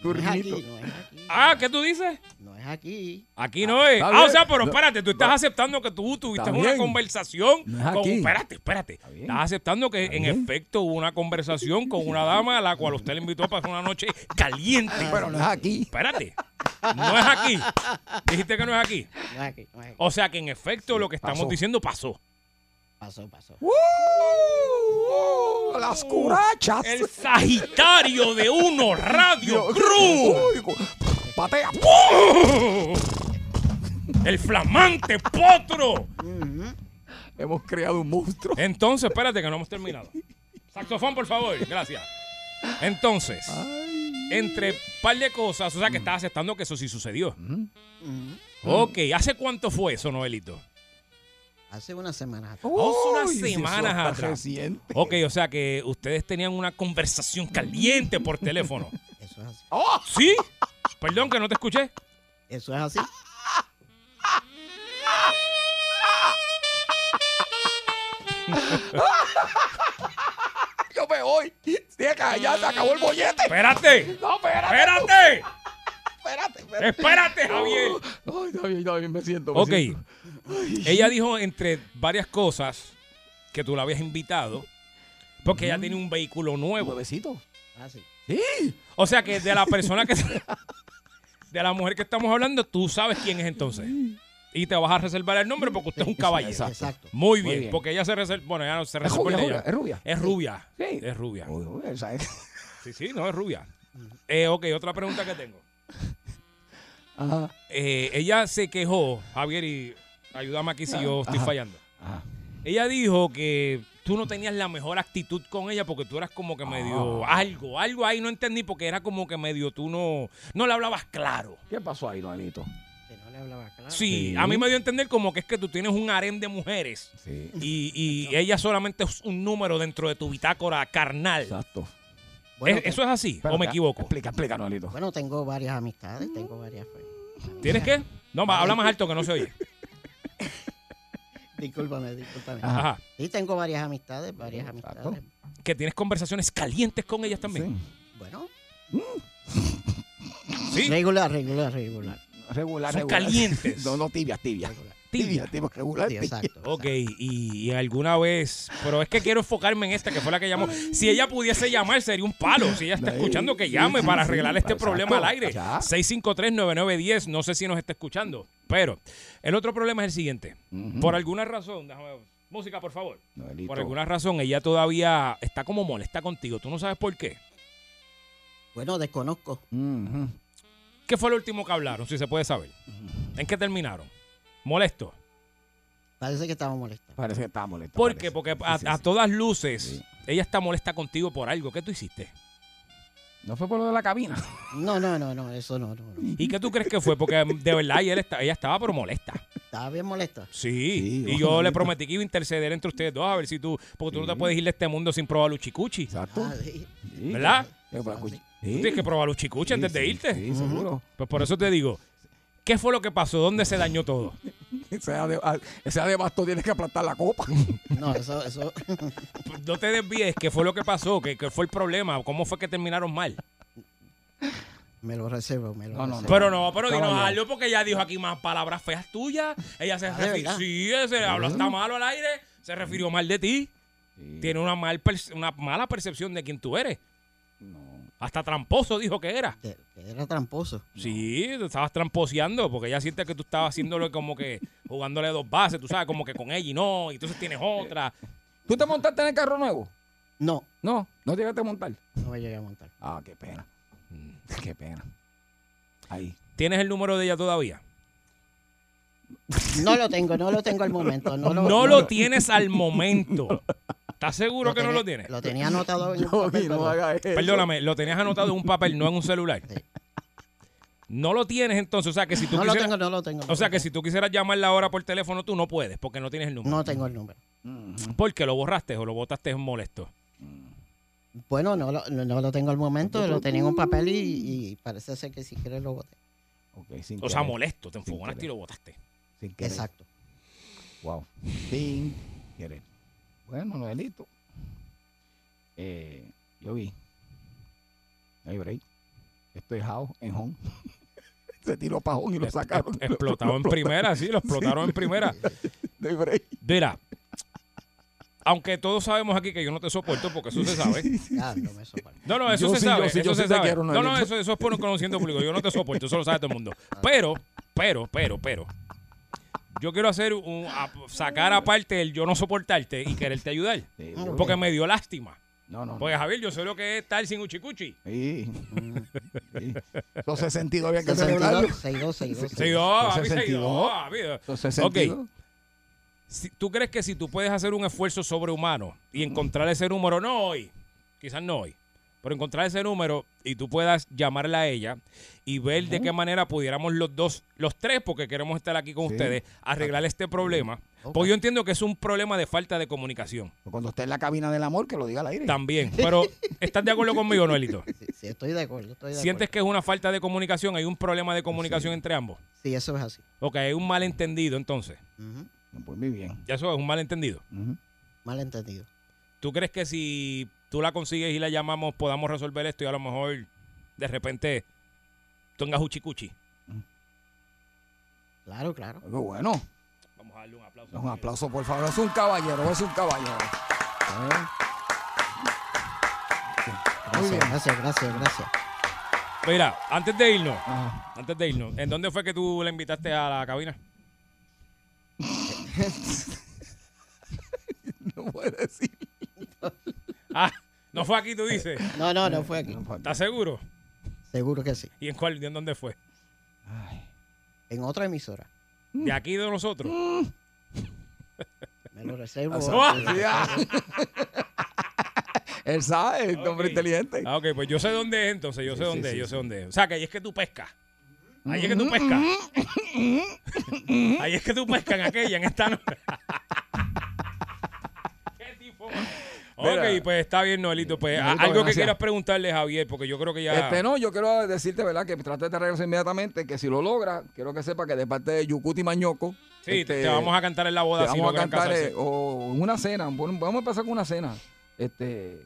Ah, ¿qué tú dices?
No es aquí.
Aquí no es.
está
Ah, o
bien.
sea, pero
No.
espérate, tú estás aceptando que tú tuviste
Está
una
bien.
conversación
No es
con.
aquí.
Espérate, espérate. Estás aceptando que en efecto hubo una conversación con una dama a la cual usted le invitó a pasar una noche caliente.
Ah.
Pero
no es aquí.
Espérate. No es aquí. Dijiste que no es aquí.
No es aquí, no es aquí.
O sea que en efecto lo que estamos
pasó.
diciendo
[LAUGHS]
pasó.
Pasó, pasó.
las curachas.
El Sagitario de Uno Radio Cruz.
Patea.
El flamante potro.
Hemos creado un monstruo.
Entonces, espérate que no hemos terminado. Saxofón, por favor. Gracias. Entonces, entre par de cosas, o sea que estás aceptando que eso sí sucedió. Ok, ¿hace cuánto fue eso, Noelito?
Hace unas semanas.
Hace unas semanas atrás. Ok, o sea que ustedes tenían una conversación caliente por teléfono.
Eso es así.
¿Sí? Perdón que no te escuché.
Eso es así.
Yo me voy. Deja, ya se acabó el bollete.
Espérate.
No, espérate.
Espérate.
Espérate,
Espérate, Javier.
Ay, Javier, Javier, me siento. me
Ok.
siento.
Ella dijo entre varias cosas que tú la habías invitado porque ella tiene un vehículo nuevo.
Nuevecito.
Ah, sí.
O sea que de la persona que de la mujer que estamos hablando, tú sabes quién es entonces. y te vas a reservar el nombre porque usted es un caballo.
exacto. Muy
Muy bien,
bien.
porque ella se reserva. Bueno, ya no se
Es
reservó
rubia,
el Eh. de
rubia,
ella.
es rubia.
Es rubia.
Sí.
Es rubia.
Esa es.
Sí, sí, no, es rubia. Eh, ok, otra pregunta que tengo.
[LAUGHS] Ajá.
Eh, ella se quejó, Javier, y ayúdame aquí si yo estoy
Ajá.
fallando. Ella dijo que tú no tenías la mejor actitud con ella porque tú eras como que medio
Ah.
algo, algo ahí no entendí porque era como que medio tú no, no le hablabas claro.
¿Qué pasó ahí, Noelito?
Sí,
Ah, Sí.
a mí me dio a entender como que es que tú tienes un harem de mujeres y, y ella solamente es un número dentro de tu bitácora carnal. ¿E-,
Exacto.
Bueno,
¿Eso es así
pero
o me
te-
equivoco?
ah, Explica, explica, Noelito.
Bueno, tengo varias amistades, tengo varias. pues,
¿Tienes qué? No, ma- habla más alto que no se oye.
[LAUGHS] Discúlpame, discúlpame.
Ajá.
Sí, tengo varias amistades, varias amistades.
Que tienes conversaciones calientes con ellas también. Mm.
Bueno.
Sí.
Regular, regular, regular.
Regular,
Son regular.
[LAUGHS]
calientes.
No, no, tibia, tibia. Tibia, tibia, regular.
Sí, exacto.
Ok, y, y alguna vez, pero es que quiero enfocarme en esta, que fue la que llamó. Si ella pudiese llamar, sería un palo. Si ella está escuchando, que llame
sí,
para
sí,
arreglar este
exacto,
problema al aire.
ya.
653-9910, no sé si nos está escuchando, pero el otro problema es el siguiente.
Mm.
Por alguna razón, déjame ver, música, por favor. Por alguna razón, ella todavía está como molesta contigo. Tú no sabes por qué.
Bueno, desconozco.
¿Qué fue lo último que hablaron, si se puede saber? ¿En qué terminaron? Molesto.
Parece que estaba molesta.
Parece que estaba molesta.
¿Por qué? Porque a,
sí,
a
sí.
todas luces, ella está molesta contigo por algo. ¿Qué tú hiciste?
No fue por lo de la cabina.
No, no, no, no, eso no, no. no.
¿Y qué tú crees que fue? Porque mm, de verdad ayer esta- ella estaba pero molesta.
Estaba bien molesta.
Sí. y
ojo,
yo le
molesta.
prometí que iba a interceder entre ustedes dos a ver si tú. Porque tú no te puedes ir de este mundo sin probar
[LAUGHS]
luchicuchi.
Exacto.
¿Verdad? Tú
Sí.
tienes que probar luchicuchi antes de irte.
sí, seguro.
Pues por eso te digo. ¿Qué fue lo que pasó? ¿Dónde se dañó todo?
Sea de, a- sea de basto, tienes que aplastar la copa.
No, eso, eso.
No te desvíes. ¿Qué fue lo que pasó? ¿Qué, qué fue el problema? ¿Cómo fue que terminaron mal?
Me lo reservo, me lo
No, no,
reservo.
Pero no, pero dinos
Estaba bien. Ah,
algo porque ella dijo aquí más palabras feas tuyas. Ella se
¿de
refirió.
verdad?
Sí, se habló hasta malo al aire. Se refirió mal de ti. Tiene una, mal perce- una mala percepción de quién tú eres. Hasta tramposo dijo que era.
Eh, Era tramposo.
Sí, te estabas tramposeando porque ella siente que tú estabas haciéndole como que jugándole dos bases, tú sabes, como que con ella y no, y entonces tienes otra.
¿Tú te montaste en el carro nuevo?
No.
No, no llegaste a montar.
No me llegué a montar.
Ah, qué pena.
Mm.
Qué pena. Ahí.
¿Tienes el número de ella todavía?
No lo tengo, no lo tengo al momento. No
No,
lo,
lo tienes al
[LAUGHS]
momento. ¿Estás seguro
Lo
que no
tenía-
lo tienes?
Lo tenía
[LAUGHS]
anotado en un papel, pero-
Perdóname, lo tenías anotado en un papel, no en un celular. No lo tienes entonces, o sea que si tú
No lo
quisieras,
tengo, no lo tengo.
O sea que si tú quisieras llamarla ahora por teléfono, tú no puedes porque no tienes el número.
No tengo el número.
Porque lo borraste o lo botaste molesto.
Bueno, no lo, no, no lo tengo al momento, lo tenía en un papel y, y parece ser que si quieres lo boté.
O sea, molesto, te enfogonaste y lo botaste.
Exacto.
Wow. Sin querer. Bueno, Noelito. Eh, yo vi. No hay break. Estoy jao en home. [LAUGHS] Se tiró pajón y lo sacaron.
[LAUGHS] Explotado en primera, sí, lo explotaron en primera.
[LAUGHS] No hay break.
Mira, aunque todos sabemos aquí que yo no te soporto porque eso se sabe.
[LAUGHS] Ah, no me soporta.
No, no, eso
Yo
se
sí,
sabe.
yo sí,
eso
yo
se
sí te
sabe.
quiero,
no,
Noelito.
no, eso, eso es por un conocimiento público. Yo no te soporto, eso lo sabe todo el mundo.
Ah.
Pero, pero, pero, pero. Yo quiero hacer un, a- sacar aparte el yo no soportarte y quererte ayudar.
yo
porque
sé.
me dio lástima.
No, no.
Porque Javier, yo sé lo que es estar sin uchicuchi. [LAUGHS]
Sí. sí. Los 62 había que
Los 62,
celebrarlo.
62, 62.
Se dio, a mí se
62.
dio, a mí.
Los
Ok.
62.
Si- ¿Tú crees que si tú puedes hacer un esfuerzo sobrehumano y encontrar ese número, no hoy, quizás no hoy, pero encontrar ese número y tú puedas llamarla a ella y ver de qué manera pudiéramos los dos, los tres, porque queremos estar aquí con
Sí.
ustedes,
Ah.
arreglar este problema?
Ok.
Porque yo entiendo que es un problema de falta de comunicación
Cuando esté en la cabina del amor, que lo diga al aire.
también, pero ¿estás de acuerdo conmigo, Noelito?
Sí, estoy de acuerdo, estoy de
¿Sientes que es una falta de comunicación? ¿Hay un problema de comunicación entre ambos?
acuerdo. Sí, eso es así.
Ok, hay un malentendido entonces.
Pues muy bien.
Ya eso es un malentendido.
Malentendido.
¿Tú crees que si tú la consigues y la llamamos, podamos resolver esto y a lo mejor de repente tengas uchicuchi?
Claro, claro.
Algo bueno.
Vamos a darle un aplauso.
Un aplauso, por favor. Es un caballero, es un caballero. ¿Eh? Muy bien.
Gracias, gracias, gracias, gracias.
Mira, antes de irnos, antes de irnos, ¿en dónde fue que tú la invitaste a la cabina?
no puedo decir.
[LAUGHS] Ah, no fue aquí, tú dices.
No, no, no fue aquí.
¿Estás seguro?
Seguro que sí.
¿Y en cuál? ¿En dónde fue?
En otra emisora.
¿De aquí de nosotros?
Me lo reservo. [LAUGHS]
Ah,
[LAUGHS] Él sabe, el hombre inteligente.
Ah, ok, pues yo sé dónde es entonces, yo sé
sí,
dónde es,
sí, Mm-hmm.
yo sé
sí.
dónde es. O sea, que ahí es que tú pescas. Ahí es que tú pescas.
Mm-hmm.
ahí es que tú pescas en aquella,
[LAUGHS]
en esta no.
Mira.
Ok, pues está bien, Noelito. Pues a-
Noelito,
algo que
gracias.
quieras preguntarle, Javier, porque yo creo que ya.
Este no, yo quiero decirte, ¿verdad? Que trates de regresar inmediatamente, que si lo logra, quiero que sepa que de parte de Yucuti Mañoco.
Sí,
este,
te vamos a cantar en la boda
te
si
vamos a
logran
cantar
casarse.
eh, o en una cena. Bueno, vamos a empezar con una cena. Este,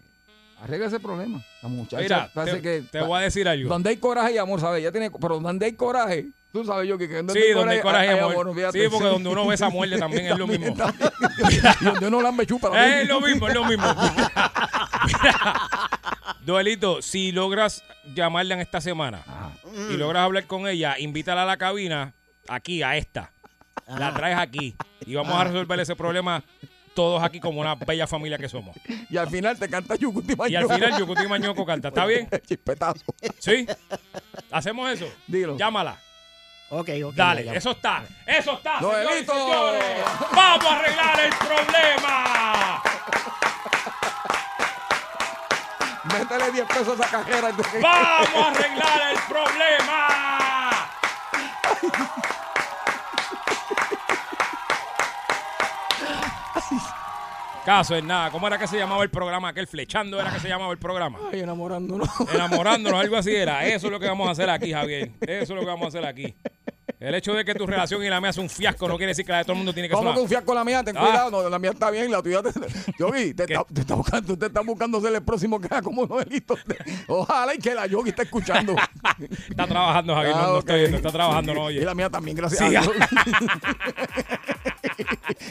arregla ese problema. La muchacha
Mira,
parece
te-
que-
te voy a decir algo.
Donde hay coraje y amor, ¿sabes? Ya tiene, pero donde hay coraje, tú sabes yo que que
Sí, donde hay coraje y amor. Sí, porque donde uno ve esa muerte
[LAUGHS] muerte
también es lo mismo.
y [LAUGHS] donde uno la
[LAUGHS]
chupa. la-
Es Eh, lo mismo, es lo mismo. [LAUGHS] Duelito, si logras llamarla en esta semana
Ah.
y logras hablar con ella, invítala a la cabina, aquí, a esta.
Ah.
La traes aquí y vamos a resolver ese problema todos aquí como una bella familia que somos.
Y al final te canta Yucuti
Y
Mañoco. [LAUGHS]
al final Yucuti Mañoco canta, ¿está bien?
Chispetazo.
¿Sí? ¿Hacemos eso? Llámala.
Ok, ok.
Dale,
ya, ya.
eso está. Eso está, señores, y
Noelito.
señores. Vamos a arreglar el problema.
Métele 10 pesos a esa cajera.
Vamos a arreglar el problema. Caso es nada. ¿Cómo era que se llamaba el programa? Aquel flechando era que se llamaba el programa.
Ay, enamorándonos.
Enamorándonos, algo así era. Eso es lo que vamos a hacer aquí, Javier. Eso es lo que vamos a hacer aquí. El hecho de que tu relación y la mía sea un fiasco no quiere decir que la de todo el mundo tiene que
¿Cómo
sonar.
confiar con la mía? Ten
Ah.
cuidado, no, la mía está bien, la tuya. Te,
[LAUGHS]
yo vi, te está, te está buscando, usted está buscando ser el próximo que haga como Noelito. Ojalá y que la Yogi está
[LAUGHS]
escuchando.
Está trabajando, Javier. No,
Ah,
no
ok.
está viendo, está trabajando, no oye.
Y la mía también, gracias.
Sí.
a
[LAUGHS]
Dios.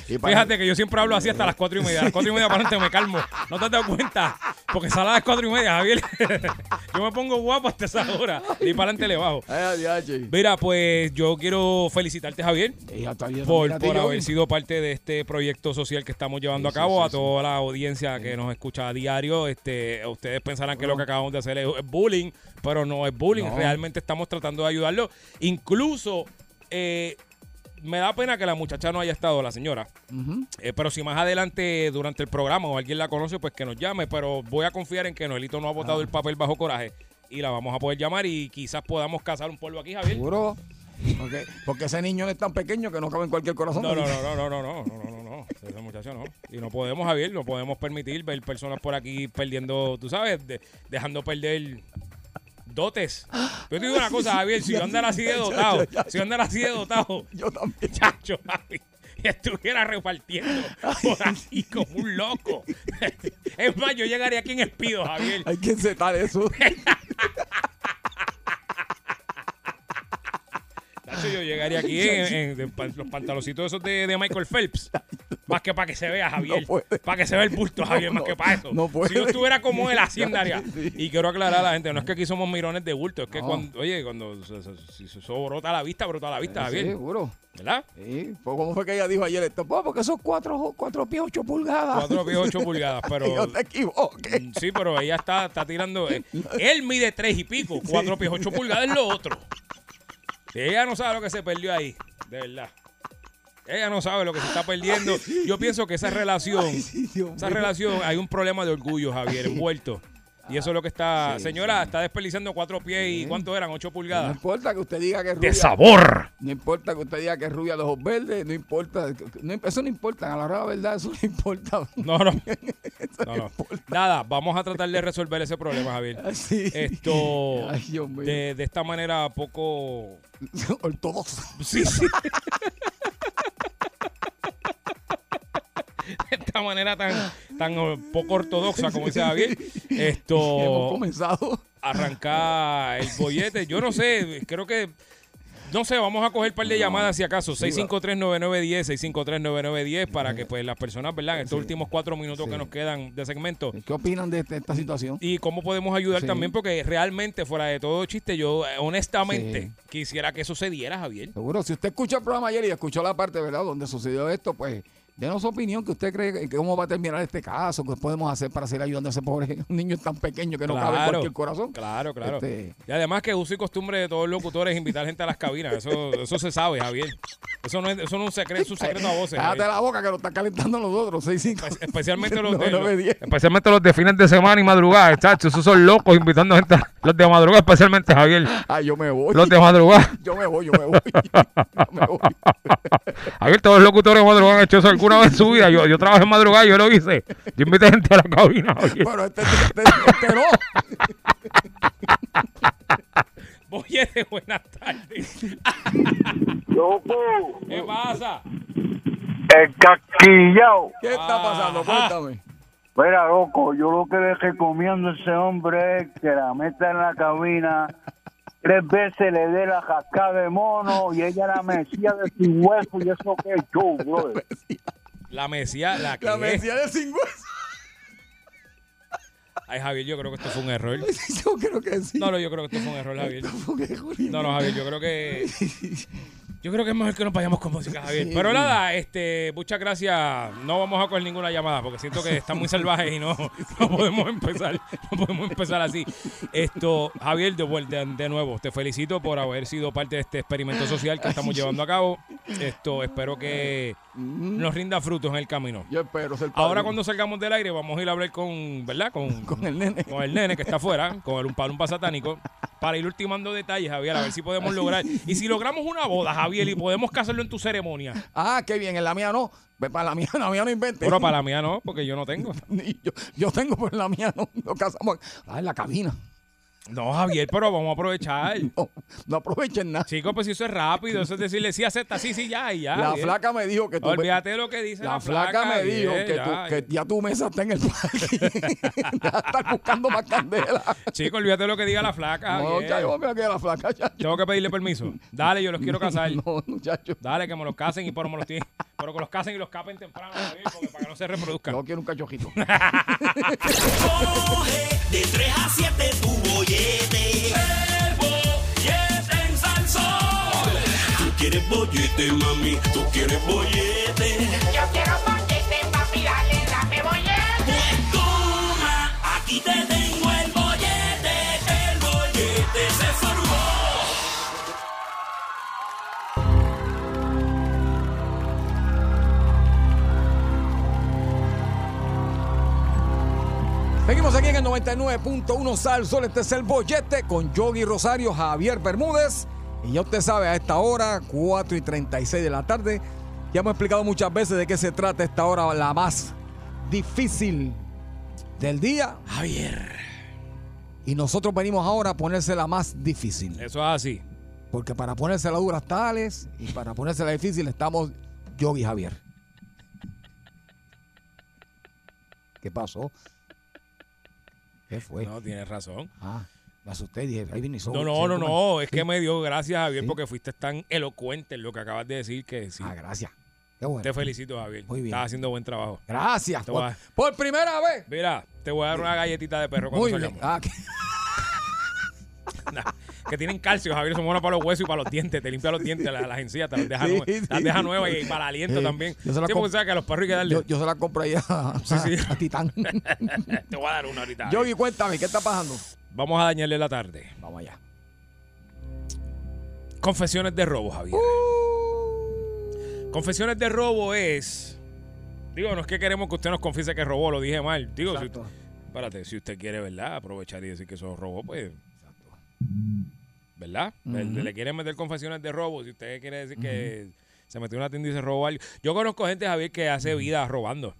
Y para-
Fíjate que yo siempre hablo así hasta las cuatro y media. A las cuatro y media para adelante me calmo. ¿No te has dado cuenta? Porque sale a las cuatro y media, Javier. [LAUGHS] yo me pongo guapo hasta esa hora. Y para adelante le bajo. Mira, pues yo quiero felicitarte, Javier, por,
mira, tío.
por haber sido parte de este proyecto social que estamos llevando
Sí,
a cabo.
sí,
a toda la audiencia que nos escucha a diario, este, ustedes pensarán que lo que acabamos de hacer es, es bullying, pero no es bullying.
No.
Realmente estamos tratando de ayudarlo. Incluso eh, me da pena que la muchacha no haya estado, la señora.
Ujú.
Eh, pero si más adelante durante el programa o alguien la conoce, pues que nos llame. Pero voy a confiar en que Noelito no ha
Ah.
botado el papel bajo coraje y la vamos a poder llamar y quizás podamos cazar un polvo aquí, Javier.
Seguro. Porque, porque ese niño es tan pequeño que no cabe en cualquier corazón.
No, no, no, no, no, no, no, no, no, no. Esa muchacha no. Y no podemos, Javier, no podemos permitir ver personas por aquí perdiendo, tú sabes, de- dejando perder dotes. Yo te digo una cosa, Javier, si yo andara así de dotado, si yo andara así de dotado,
[LAUGHS] yo también,
chacho, Javi, estuviera repartiendo por aquí como un loco. [LAUGHS] Es más, yo llegaría aquí en espido, Javier.
Hay que setar
[LAUGHS]
eso.
Nacho, yo
[LAUGHS]
llegaría aquí en, en- en pan- los pantaloncitos esos de, de Michael Phelps. Más que para que se vea, Javier. para que se vea el bulto, Javier, más que para eso.
no puede.
Si yo estuviera como él, así andaría. Y quiero aclarar a la gente, no es que aquí somos mirones de bulto, es que cuando, oye, cuando se, se- si se- eso brota a la vista, brota a la vista,
Eh, Sí,
Javier.
seguro.
¿Verdad?
Sí, pues, ¿Cómo fue que ella dijo ayer esto? Pues, porque son cuatro, cuatro pies, ocho pulgadas.
Cuatro pies,
[LAUGHS]
ocho pulgadas, pero...
Yo te [LAUGHS] equivoqué.
Mm, Sí, pero ella está, está tirando. eh, Él mide tres y pico, cuatro pies, ocho pulgadas es lo otro. Ella no sabe lo que se perdió ahí, de verdad. Ella no sabe lo que se está perdiendo. Yo pienso que esa relación, esa relación, hay un problema de orgullo, Javier, envuelto. Y eso es lo que está. señora, está desperdiciando cuatro pies y ¿cuánto eran? Ocho
No
pulgadas.
importa que usted diga que es rubia.
¡De sabor!
No importa que usted diga que es rubia de ojos verdes. No importa. no- eso no importa. A la hora de la verdad, eso no
[LAUGHS]
importa.
No, no.
[LAUGHS]
No, no. Nada, vamos a tratar de resolver ese problema, Javier. Esto
Ay, Dios mío.
[LAUGHS]
de, de esta manera poco
Ortodoxo.
Sí, sí. [LAUGHS] de esta manera tan, tan eh, poco ortodoxa, como
[LAUGHS]
dice [LAUGHS] Javier,
Hemos
esto
comenzado.
[LAUGHS] arrancar el bollete. Yo no sé, creo que No sé, vamos a coger un par de llamadas si acaso. 653-9910, 653-9910, para que pues las personas, ¿verdad? En estos últimos cuatro minutos que nos quedan de segmento.
¿Qué opinan de este- esta situación?
Y cómo podemos ayudar
Sí.
también, porque realmente, fuera de todo chiste, yo eh, honestamente quisiera que eso se diera, Javier.
Seguro, si usted escucha el programa ayer y escuchó la parte, ¿verdad?, donde sucedió esto, pues denos su opinión, que usted cree que- que cómo va a terminar este caso, qué podemos hacer para seguir ayudando a ese pobre [LAUGHS] niño tan pequeño que no cabe en cualquier corazón.
Claro, claro.
Este-
Y además que uso y costumbre de todos los locutores es invitar gente a las cabinas. Eso, eso se sabe, Javier. Eso no es, eso no es un secreto, es un secreto a voces.
Cállate
Javier.
la boca que lo están calentando nosotros, 6-5. [LAUGHS]
Especialmente los de-
Especialmente los de fines de semana y madrugada, chacho. Esos son locos invitando gente. a- Los de madrugada, especialmente Javier.
Ah, yo me voy.
Los de
[LAUGHS]
madrugada.
Yo me voy, yo me voy. Yo me
[LAUGHS]
voy.
Javier, todos los locutores de madrugada han hecho eso alguna vez en su vida. Yo, yo trabajé en madrugada, yo lo hice. Yo invité gente a la cabina. Javier.
Bueno, este, este- este no.
Boyete, buenas tardes. ¿Qué pasa?
El casquillao.
¿Qué
Ah,
está pasando? Cuéntame.
Mira, loco, yo lo que le recomiendo a ese hombre es que la meta en la cabina, tres veces le dé la cascada de mono y ella la mesía de sin hueso y eso que es show, brother.
La mesía, la que
La mesía de sin hueso.
[LAUGHS]
Ay, Javier, yo creo que esto fue un error.
Yo creo que sí.
No, no, yo creo que esto fue un error, Javier. No, no, Javier, yo creo que. Yo creo que es mejor que nos vayamos con música, Javier.
Sí.
Pero nada, este, muchas gracias. No vamos a coger ninguna llamada porque siento que están muy salvajes y no, no podemos empezar, no podemos empezar así. Esto, Javier, de, vuel- de, de nuevo, te felicito por haber sido parte de este experimento social que estamos llevando a cabo. Esto, espero que nos rinda frutos en el camino.
[LAUGHS] Yo espero ser
Ahora
padrino.
cuando salgamos del aire vamos a ir a hablar con, ¿verdad? Con, con
el nene.
que está afuera, con el Umpalumpa satánico, para ir ultimando detalles, Javier, a ver si podemos lograr. Y si logramos una boda, Javier, y podemos casarlo en tu ceremonia.
Ah, qué bien, en la mía no. Ve, Para la mía, [LAUGHS] la mía no invente.
Bueno,
[LAUGHS]
para la mía no, porque yo no tengo.
yo, yo tengo, pero en la mía no. Nos casamos ah, en la cabina.
No, Javier, pero vamos a aprovechar.
No, no aprovechen nada.
Chicos, pues eso es rápido, eso es decirle sí, acepta, sí, sí, ya, y ya.
la
Javier.
flaca me dijo que tú.
Ah, Olvídate de lo que dice
La,
la,
flaca, me dijo
Javier,
que,
ya,
tú-
ya.
que ya tu mesa está en el parque. [LAUGHS] ya estás buscando más candela.
Chicos, olvídate de lo que diga la flaca.
no,
Javier.
chayo, mira que la flaca ya.
Tengo que pedirle permiso. Dale, yo los quiero casar.
[LAUGHS] No, muchacho.
Dale, que me los casen y pero me los tienen. Pero que los casen y los capen temprano, Javier, porque para que no se reproduzcan.
No quiero un cachojito.
De 3 a 7 tu bollete. El bollete en Salsón. Tú quieres bollete, mami. Tú quieres bollete.
Yo quiero bollete, papi, dale, dame bollete.
Pues toma, aquí te tengo el bollete. El bollete se formó.
Seguimos aquí en el 99.1 Sal Sol. Este es el bollete con Yogi Rosario, Javier Bermúdez. Y ya usted sabe, a esta hora, 4 y 36 de la tarde, ya hemos explicado muchas veces de qué se trata esta hora, la más difícil del día.
Javier.
Y nosotros venimos ahora a ponerse la más difícil.
Eso es así.
Porque para ponerse la dura tales y para ponerse la difícil estamos Yogi Javier. ¿Qué pasó? ¿Qué fue?
Eh,
No, tienes razón.
Ah, me asusté y dije, ahí viene y
No, no, no, no. Es que me dio gracias, Javier, porque fuiste tan elocuente en lo que acabas de decir que sí. Ah,
gracias. Qué bueno.
Te felicito, Javier.
Muy bien.
Estás haciendo buen trabajo.
Gracias.
Te voy a-
Por, por primera vez.
Mira, te voy a dar una galletita de perro cuando
Muy bien.
salgamos.
Ah, qué-
[LAUGHS] Nah, que tienen calcio, Javier, son buenos para los huesos y para los dientes. Te limpia los dientes, la- las, encías, te las deja,
Sí,
nue-
sí.
las deja nuevas y para el aliento
Eh,
también.
yo se la
Sí,
comp-
porque sabes que a los perros hay que darle.
Yo, yo se la compro ahí a, [LAUGHS] a- a Titán.
[LAUGHS] te voy a dar una ahorita.
Yogi, cuéntame, ¿qué está pasando?
Vamos a dañarle la tarde.
Vamos allá.
Confesiones de robo, Javier.
Uh.
Confesiones de robo es. Digo, no es que queremos que usted nos confiese que robó, lo dije mal. Digo, si usted, espérate, si usted quiere, ¿verdad? Aprovechar y decir que eso robó, pues. ¿Verdad? Le-
Ujú.
Le, quieren meter confesiones de robo. Si usted quiere decir que se metió en una tienda y se robó algo. Yo conozco gente, Javier, que hace vida robando.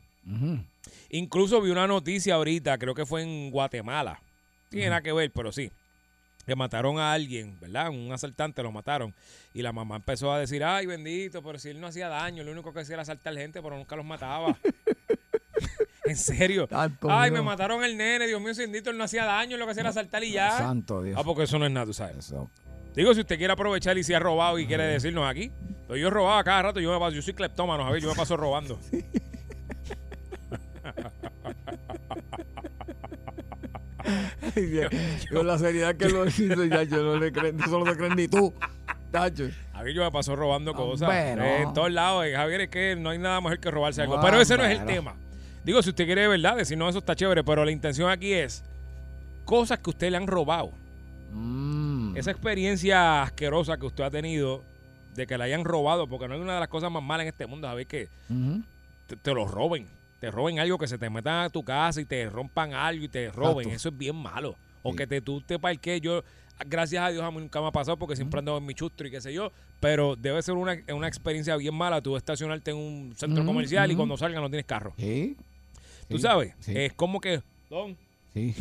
Incluso vi una noticia ahorita, creo que fue en Guatemala. Tiene nada que ver, pero sí. Que mataron a alguien, ¿verdad? Un asaltante lo mataron. Y la mamá empezó a decir, ay, bendito, pero si él no hacía daño, lo único que hacía era asaltar gente, pero nunca
[LAUGHS]
los mataba. en serio.
Santo
ay,
Dios.
me mataron el nene, Dios mío, bendito, él no hacía daño, lo que hacía era asaltar y ya.
Santo Dios.
Ah, porque eso no es nada, tú sabes. Digo, si usted quiere aprovechar y si ha robado y quiere decirnos aquí. Pero yo robaba cada rato, yo me paso, yo soy cleptómano, Javier, yo me paso robando.
[LAUGHS]
Con la seriedad que lo dice, ya yo no le creen, eso no se creen ni tú. Tacho.
Javier, yo me paso robando cosas.
Ah, Bueno. Ah,
Eh, en todos lados, eh, Javier, es que no hay nada mejor que robarse algo. Pero ese no es el
Bueno.
tema. Digo, si usted quiere de verdad, si no, eso está chévere. Pero la intención aquí es cosas que usted le han robado.
Mm.
Esa experiencia asquerosa que usted ha tenido de que le hayan robado, porque no hay una de las cosas más malas en este mundo, Javier, que te, te lo roben. Te roben algo, que se te metan a tu casa y te rompan algo y te roben.
Exacto.
Eso es bien malo. O que te, tú te parques. Yo, gracias a Dios, a mí nunca me ha pasado porque siempre ando en mi chustro y qué sé yo. Pero debe ser una, una experiencia bien mala tú estacionarte en un centro
Ujú,
comercial y
ujú.
cuando salga no tienes carro.
Sí.
Tú
Sí,
sabes,
sí.
es como que, don,
Sí.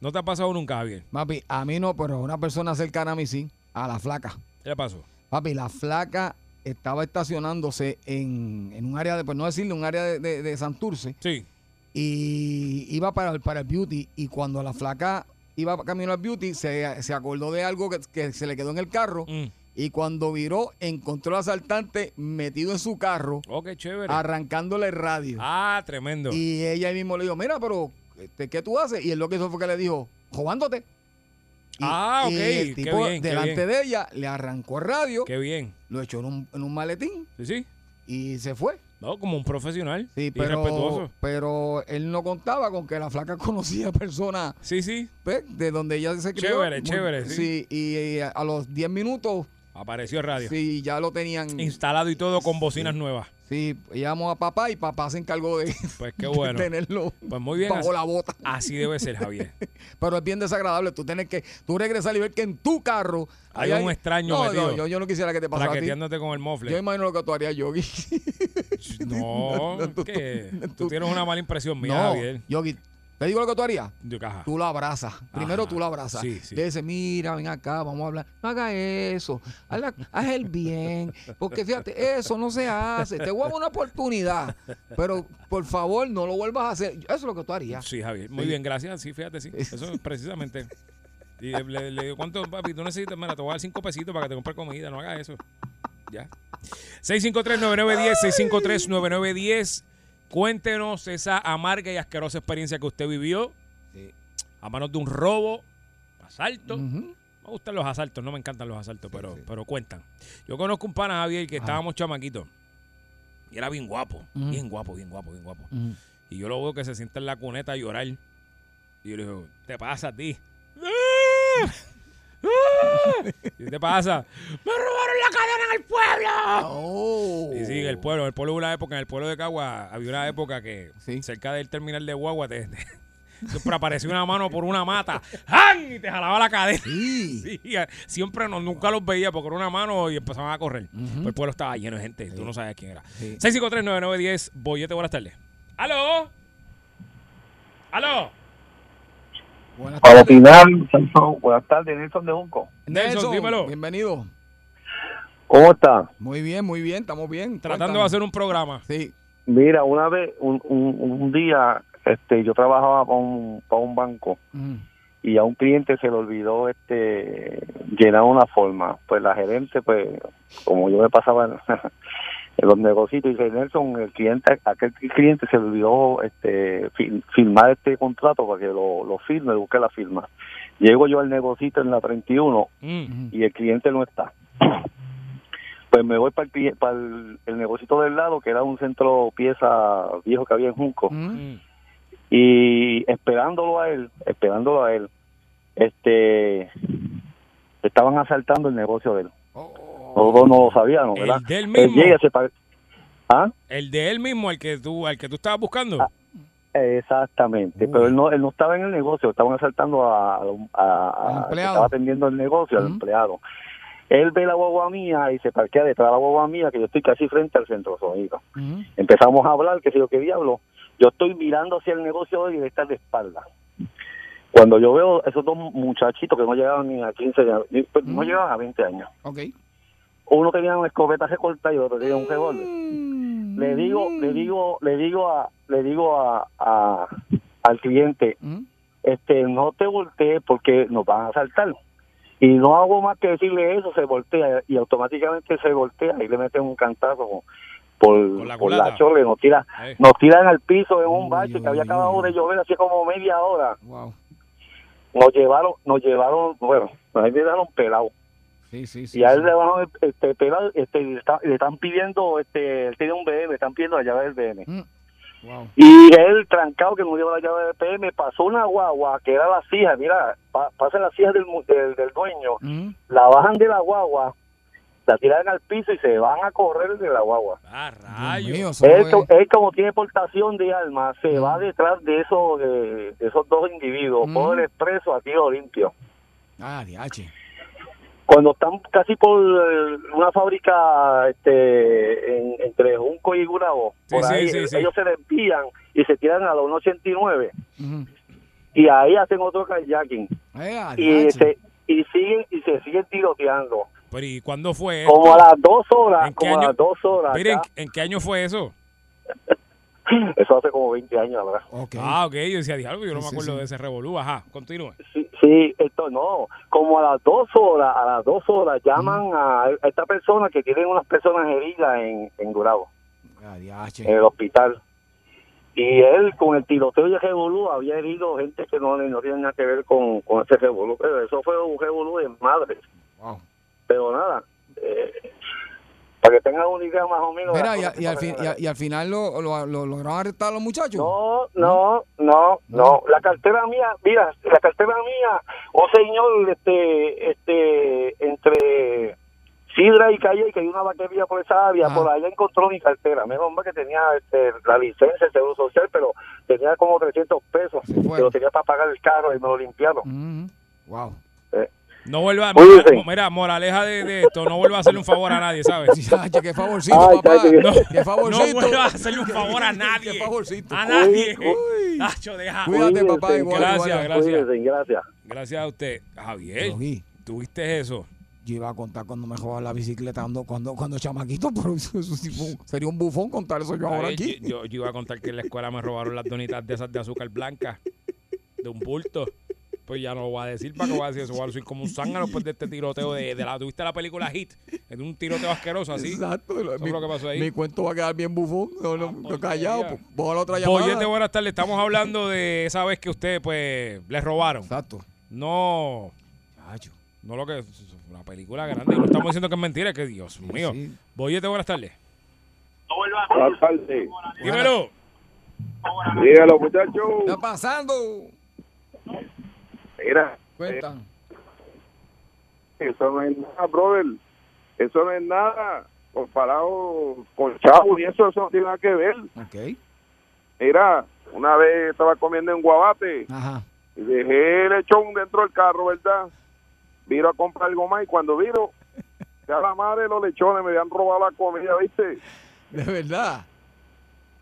no te ha pasado nunca, Javier.
Papi, a mí no, pero una persona cercana a mí sí, a la flaca.
¿Qué le pasó?
Papi, la flaca estaba estacionándose en, en un área de, por no decirle, un área de, de- de Santurce.
Sí.
Y iba para, el- para el beauty. Y cuando la flaca iba camino al beauty, se, se acordó de algo que, que se le quedó en el carro.
Mm.
Y cuando viró, encontró al asaltante metido en su carro,
Oh, qué chévere.
arrancándole el radio.
ah, tremendo.
Ah, Y ella ahí mismo le dijo, mira, pero este, ¿qué tú haces? Y él lo que hizo fue que le dijo, robándote. Y-
ah, ok.
y el tipo
qué bien, qué
delante
bien.
de ella le arrancó el radio,
Qué bien.
lo echó en un, en un maletín
Sí, sí.
y se fue.
No, como un profesional.
Sí,
y respetuoso.
pero, pero él no contaba con que la flaca [LAUGHS] conocía personas
Sí, sí.
¿ves? de donde ella se crió.
Chévere,
Muy-
chévere, sí.
y, eh, a los 10 minutos,
Apareció el radio.
sí, ya lo tenían.
Instalado y todo con bocinas nuevas.
Mm. Sí, llamó a papá y papá se encargó de, [LAUGHS]
Pues qué bueno.
de tenerlo
Pues muy bien.
bajo
así-
la bota.
Así debe ser,
[LAUGHS]
Javier.
Pero es bien desagradable tú tienes que tú regresar y ver que en tu carro
Hay
ahí
un extraño
No, no,
metido.
yo, yo no quisiera que te pasara a ti.
Traqueteándote con el
Yo
mofle.
imagino lo que tú harías, Yogi. [LAUGHS]
No, que tú tienes una mala impresión mía,
No,
Javier.
Yogi, ¿te digo lo que tú harías?
Yo, caja.
Tú la abrazas. Primero
Ajá,
tú la abrazas.
Ah, sí, sí.
Le dices, mira, ven acá, vamos a hablar. No haga eso. Haz, la- haz el bien. Porque fíjate, eso no se hace. Te voy a dar una oportunidad. Pero por favor, no lo vuelvas a hacer. Eso es lo que tú harías.
Sí, Javier. Muy
Sí.
bien, gracias. Sí, fíjate, sí. Eso es precisamente. Y le, le digo, ¿cuánto, papi? Tú necesitas, mira, te voy a dar cinco pesitos para que te compres comida. No hagas eso. Ya. 653-9910, 653-9910. Cuéntenos esa amarga y asquerosa experiencia que usted vivió a manos de un robo, asalto. Me gustan los asaltos, no me encantan los asaltos, pero, pero cuentan. Yo conozco un pana, Javier, que estábamos chamaquitos. Y era bien guapo,
Ujú.
bien guapo, bien guapo, bien guapo. Y yo lo veo que se sienta en la cuneta a llorar. Y yo le digo, ¿te pasa a
[LAUGHS]
ti? ¿Qué te pasa?
¡Me robaron la cadena en el pueblo!
Y sí, en el pueblo, en el pueblo hubo una época, en el pueblo de Cagua había una época que cerca del terminal de Guagua te, [LAUGHS] te- siempre apareció una mano por una mata. ¡Ay! Y te jalaba la cadena. [LAUGHS] Sí, a- siempre no, nunca los veía porque era una mano y empezaban a correr. Pero El pueblo estaba lleno de gente, tú no sabes quién era. 6539910, Bollete, buenas tardes. ¡Aló! ¡Aló!
Para opinar, Nelson. buenas tardes, Nelson de Junco.
Nelson, dímelo.
Bienvenido.
¿Cómo está?
Muy bien, muy bien, estamos bien.
Tratando de hacer un programa.
Sí.
Mira, una vez, un, un- un día, este, yo trabajaba para un, para un banco y a un cliente se le olvidó este llenar una forma. Pues la gerente, pues, como yo me pasaba en, [LAUGHS] en los negocios, dice Nelson, el cliente, aquel cliente se le olvidó este, fir- firmar este contrato para que lo, lo firme, busque la firma. Llego yo al negocito en la 31
Mm.
y el cliente no está. [CLEARS THROAT] Pues me voy para el, cli- para el, el negocito del lado, que era un centro pieza viejo que había en Junco,
Mm.
y esperándolo a él, esperándolo a él, este estaban asaltando el negocio de él. Nosotros no lo sabíamos, ¿verdad?
El del
Él
mismo.
llega, se pare- ¿Ah?
El de él mismo, al que tú, al que tú estabas buscando.
Exactamente, pero él no, él no estaba en el negocio, estaban asaltando a, a, a- al que Ah, estaba atendiendo el negocio, al empleado. Él ve la guagua mía y se parquea detrás de la guagua mía, que yo estoy casi frente al centro sonido.
Mm.
Empezamos a hablar, qué sé yo qué diablo. Yo estoy mirando hacia el negocio y él está de espalda. Cuando yo veo esos dos muchachitos que no llegaban ni a 15 años, ni- pues, no llegaban a 20 años.
Ok.
Uno tenía una escopeta recortada y otro tenía un revólver. Le digo,
Mm.
le digo, le digo a, le digo a, a-
¿Mm?
al cliente, este, no te voltees porque nos van a asaltar. Y no hago más que decirle eso, se voltea y automáticamente se voltea y le meten un cantazo por,
la
por la
culata.
chole, nos tira,
Eh,
Ahí.
nos tiran al piso en un bache que había acabado de llover hace como media hora. Nos llevaron, nos llevaron, bueno, ahí me dejaron pelado.
Sí, sí, sí.
Y a él
sí.
le van a este, pelado, este, le, está- le están pidiendo, este, él tiene un BM, le están pidiendo la llave del BM.
Wow.
Y él, trancado, que no lleva la llave del BM, pasó una guagua que era la hijas, mira, pa- pasan las hijas del, mu- del, del dueño, la bajan de la guagua, la tiran al piso y se van a correr de la guagua.
ah,
Él, co- él como tiene portación de alma, se va detrás de esos, de, de esos dos individuos, por el expreso a tiro limpio.
Ah,
Eh,
diache.
Cuando están casi por eh, una fábrica este, en- entre Junco y Gurabo,
Sí,
por
sí,
ahí,
sí, sí.
ellos se desvían y se tiran a la 189 y ahí hacen otro kayaking y, se, y siguen y se siguen tiroteando.
Pero ¿y cuándo fue esto?
Como a las dos horas,
¿En qué
como a
año?
las dos horas.
Miren,
ya.
¿en qué año fue eso?
Eso hace como 20 años, la verdad.
Ah, ok, yo decía, diablo, yo no me acuerdo de ese revolú. Ajá, continúa.
Sí, esto no, como a las dos horas, a las dos horas llaman a, a esta persona que tienen unas personas heridas en, en Gurabo,
Ah, diache.
en el hospital. Y él con el tiroteo de Revolú había herido gente que no, no tiene nada que ver con, con ese Revolú, pero eso fue un Revolú de madre.
Wow.
Pero nada, eh, para que tengan una idea más o menos. de
Mira, y,
las
a-
cosas
y
que
al fin- y a- y al final lo, lo- lo lograron arrestar a los muchachos.
No, no, no, no. La cartera mía, mira, la cartera mía, un señor, este, este, entre Sidra y Calle, que hay una vaquería por esa área, por allá encontró mi cartera. Menos mal que tenía este, la licencia, el seguro social, pero tenía como 300 pesos, que lo tenía para pagar el carro y me lo limpiaron.
Mm-hmm. [LAUGHS]
Wow.
Eh,
No vuelva a...
Cuídense.
Mira, mira, moraleja de, de esto, no vuelva a hacerle un favor a nadie, ¿sabes?
qué favorcito,
Ay,
papá.
chacho, que-
No,
[LAUGHS]
qué favorcito.
No vuelva a hacerle un favor a nadie. A nadie.
nadie.
Nacho, deja.
Cuídate, papá, Cuídense, igual,
Gracias,
igual.
gracias.
Cuídense,
gracias.
Gracias a usted. Javier, ¿tuviste eso?
Yo iba a contar cuando me jugaba la bicicleta cuando, cuando, cuando chamaquito, [LAUGHS] pero eso, eso sí fue un- sería un bufón contar eso yo ahora
Javier,
aquí.
Yo, yo iba a contar que en la escuela me robaron las donitas de esas de azúcar blanca, de un bulto. Pues ya no lo voy a decir, ¿para qué voy a decir eso? Voy a decir como un zángano después de este tiroteo de, de la... ¿Tuviste la película Hit? Es un tiroteo asqueroso así.
Exacto.
Eso fue
mi,
lo que pasó ahí. Ah,
mi cuento va a quedar bien bufón. No, no, callado. pues, Vamos a la otra llamada.
Boyete, buenas tardes. Estamos hablando de esa vez que usted, pues, les robaron.
Exacto.
No. No lo que. es Una película grande. Y no estamos diciendo que es mentira, que Dios mío. Boyete, buenas tardes.
Buenas tardes.
Dímelo.
Dígalo, muchachos.
está pasando?
Mira,
Cuentan.
eso no es nada, brother. Eso no es nada comparado con Chavo y eso, eso no tiene nada que ver.
Ok.
Mira, una vez estaba comiendo en Guabate
Ajá.
y dejé el lechón dentro del carro, ¿verdad? Viro a comprar algo más y cuando viro, ya la madre de los lechones me habían robado la comida, ¿viste?
De verdad.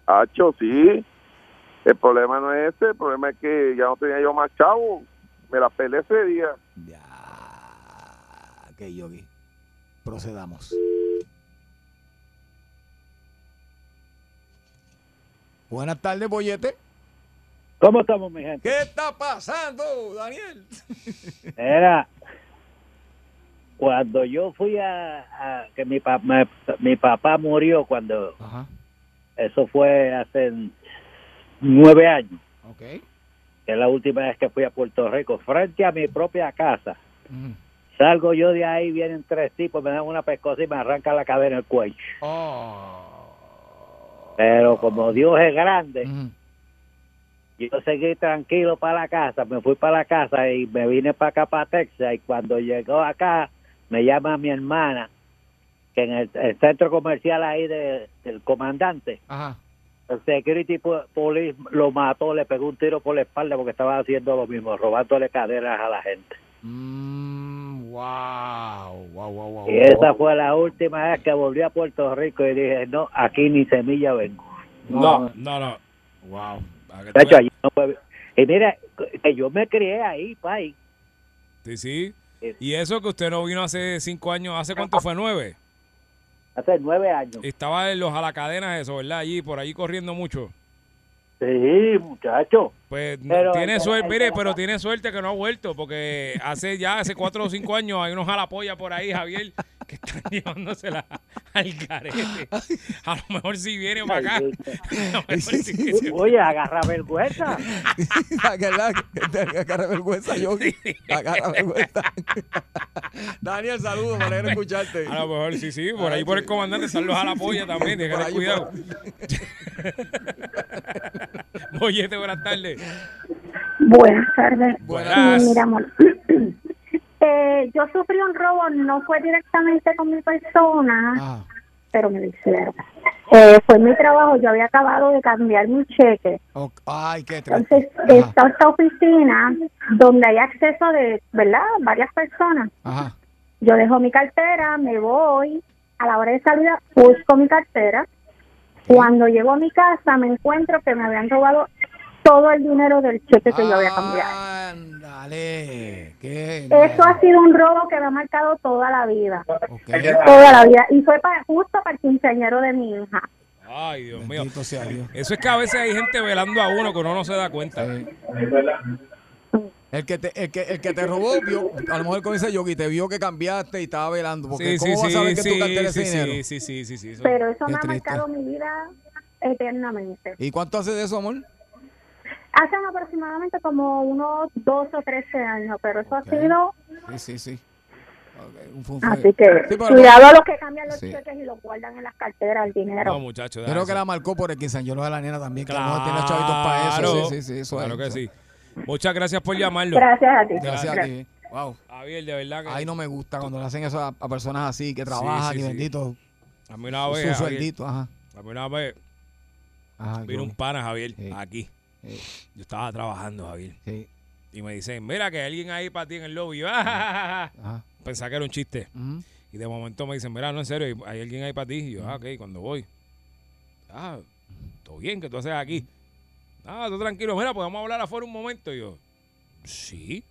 Hacho, sí. El problema no es ese, el problema es que ya no tenía yo más chavo. Me la peleé ese día.
Ok, Yogi. Procedamos. Buenas tardes, Boyete.
¿Cómo estamos, mi gente?
¿Qué está pasando, Daniel?
Era cuando yo fui a, a- que mi, pa- me- mi papá murió cuando eso fue hace nueve años,
Ok.
que es la última vez que fui a Puerto Rico, frente a mi propia casa. Salgo yo de ahí, vienen tres tipos, me dan una pescosa y me arrancan la cadena el cuello. Pero como Dios es grande, yo seguí tranquilo para la casa, me fui para la casa y me vine para acá, para Texas. Y cuando llegó acá, me llama mi hermana, que en el, el centro comercial ahí de- del comandante, el security po- police lo mató, le pegó un tiro por la espalda porque estaba haciendo lo mismo, robándole cadenas a la gente.
Wow, wow, wow, wow.
Y esa fue la última vez que volví a Puerto Rico y dije, no, aquí ni semilla vengo.
No, no, no. Wow. Ah,
Chacho, allí no puede- Y mira, que yo me crié ahí, pay.
Sí, sí. Y eso que usted no vino hace cinco años. ¿Hace cuánto fue? ¿Nueve?
Hace nueve años.
Estaba en los jalacadenas, eso, ¿verdad? Allí, por allí corriendo mucho.
Sí, muchacho.
Pues n-
Pero
tiene
el que-
suerte,
el
mire,
que la
pero
pa-
tiene suerte que no ha vuelto, porque hace ya hace cuatro o cinco años hay unos jalapolla por ahí, Javier, que están [LAUGHS] llevándosela al carete. A lo mejor si viene para acá. A lo mejor si-
Oye, agarra vergüenza.
[LAUGHS] agarra, agarra vergüenza, Yogi. Agarra vergüenza. [LAUGHS] Daniel, saludos, me alegra escucharte.
A lo mejor sí, sí, por ahí por el comandante están los jalapolla también, de
Ah, Por
tener
ahí,
cuidado.
por
[LAUGHS] Boyete, buenas tardes.
Buenas tardes.
Buenas.
Sí, mira, amor. [CLEARS THROAT] Eh, yo sufrí un robo, no fue directamente con mi persona,
pues.
Ah.
Ah,
pero me lo hicieron. Eh, fue mi trabajo, yo había acabado de cambiar mi cheque.
Ay, qué
Entonces,
Ah.
está esta oficina donde hay acceso de, ¿verdad?, varias personas.
Ajá.
Yo dejo mi cartera, me voy, a la hora de salida busco mi cartera. Cuando llego a mi casa me encuentro que me habían robado todo el dinero del cheque que yo había
Ah,
cambiado.
Ándale. Qué
Eso ha sido un robo que me ha marcado toda la vida.
Ok.
Toda la vida. Y fue para, justo para el quinceañero de mi hija.
Ay, Dios mío. Eso es que a veces hay gente velando a uno que uno no se da cuenta.
Eh, El que, te, el, que, el que te robó, vio, a lo mejor como dice Yogi, te vio que cambiaste y estaba velando. Porque
Sí,
¿cómo vas
sí,
a saber
sí,
que tu cartera es
sí,
dinero?
sí, sí, sí, sí, sí, eso-
Pero eso
Qué
me ha
triste.
marcado mi vida eternamente.
¿Y cuánto hace de eso, amor?
Hace aproximadamente como unos 12 o 13 años, pero eso ha sido...
Sí, sí, sí.
Así que cuidado a los que cambian los cheques y los guardan en las carteras, el dinero.
muchacho.
Creo que la marcó por el quinceañero de la nena también, que no tiene chavitos para
Claro,
eso. Sí, sí, sí, eso es.
claro que sí. Muchas gracias por llamarlo.
Gracias a ti.
Gracias a ti. Wow.
Javier, de verdad que.
Ahí no me gusta cuando le hacen eso a, a personas así que trabajan
sí,
y
sí.
bendito.
A mí una
Su-
vez.
su
Javier.
sueldito, ajá.
A mí una vez.
Ajá, yo-
vino un pana, Javier, aquí. Yo estaba trabajando, Javier. Y me dicen, mira que hay alguien ahí para ti en el lobby. [LAUGHS] Y yo, "Ah, ja, ja, ja". Pensaba que era un chiste.
Ujú.
Y de momento me dicen, mira, no, en serio, hay alguien ahí para ti. Y yo, ah, ok, cuando voy. Ah, todo bien que tú haces aquí. Ah, tú tranquilo, mira, pues vamos a hablar afuera un momento. Y yo, sí.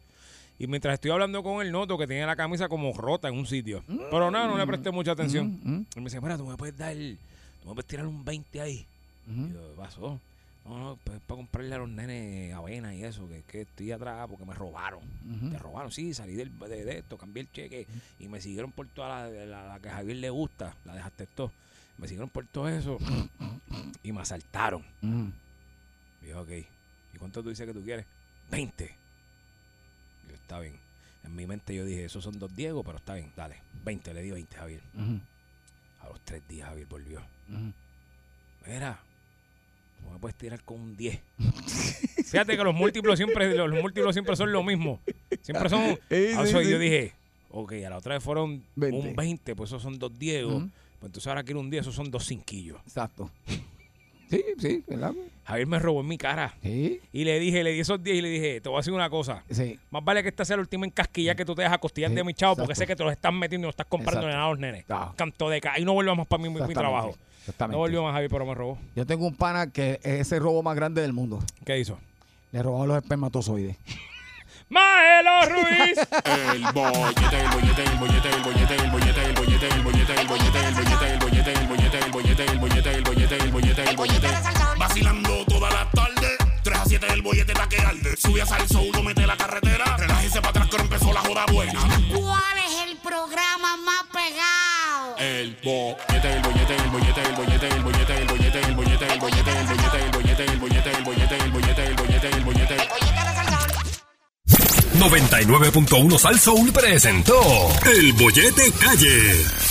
Y mientras estoy hablando con él, noto que tenía la camisa como rota en un sitio. Pero nada, no le presté mucha atención. Él me dice, mira, tú me puedes dar, tú me puedes tirar un 20 ahí. Y yo, ¿qué pasó? No, no, pues para comprarle a los nenes avena y eso, que, que estoy atrás porque me robaron.
Ujú.
Me robaron, sí, salí del, de, de esto, cambié el cheque y me siguieron por toda la, de la- la que a Javier le gusta, la dejaste esto. Me siguieron por todo eso y me asaltaron. Y yo, ok, ¿y cuánto tú dices que tú quieres? 20. Y yo, está bien. En mi mente yo dije, esos son dos Diego, pero está bien, dale. 20, le di 20, Javier.
Ujú.
A los tres días Javier volvió. Mira, no me puedes tirar con un
[LAUGHS]
10. Fíjate que los múltiplos siempre, los múltiplos siempre son lo mismo. Siempre son.
Sí,
Ah,
sí,
so-
sí.
Yo dije, ok, a la otra vez fueron
20.
un 20, pues esos son dos Diego.
Ujú.
Pues entonces ahora quiero un 10, esos son dos cinquillos.
Exacto. Sí, sí, ¿verdad?
Javier me robó en mi cara. Y le dije, le di esos 10 y le dije, te voy a decir una cosa.
Sí.
Más vale que esta sea la última encasquilla que tú te dejas acostillar
Sí,
de mi chavo porque
exacto.
sé que te los estás metiendo y no estás comprando
Exacto.
nada a los nenes. Canto de ca. Y no volvamos para mi, mi
Exactamente,
trabajo.
exactamente.
No volvió más Javier, pero me robó.
Yo tengo un pana que es el robo más grande del mundo.
¿Qué hizo?
Le robaron los espermatozoides.
¡Maelo Ruiz!
El bollete, el bollete, el bollete, el bollete, el bollete, el bollete, el bollete, el bollete, el bollete, el bollete, el bollete, el bollete, el bollete, el bollete, el bollete, el bollete. Vacilando toda la tarde, 3 a 7 el bollete está que arde. Sube a salso, uno mete la carretera, relájese para atrás que ahora empezó la joda buena.
¿Cuál es el programa más pegado?
El bollete, el bollete, el bollete, el bollete, el bollete, el bollete, el bollete, el bollete, el bollete, el bollete, el bollete, el bollete, el bollete, el bollete, el bollete.
99.1 Sal Soul presentó El Bollete Calle.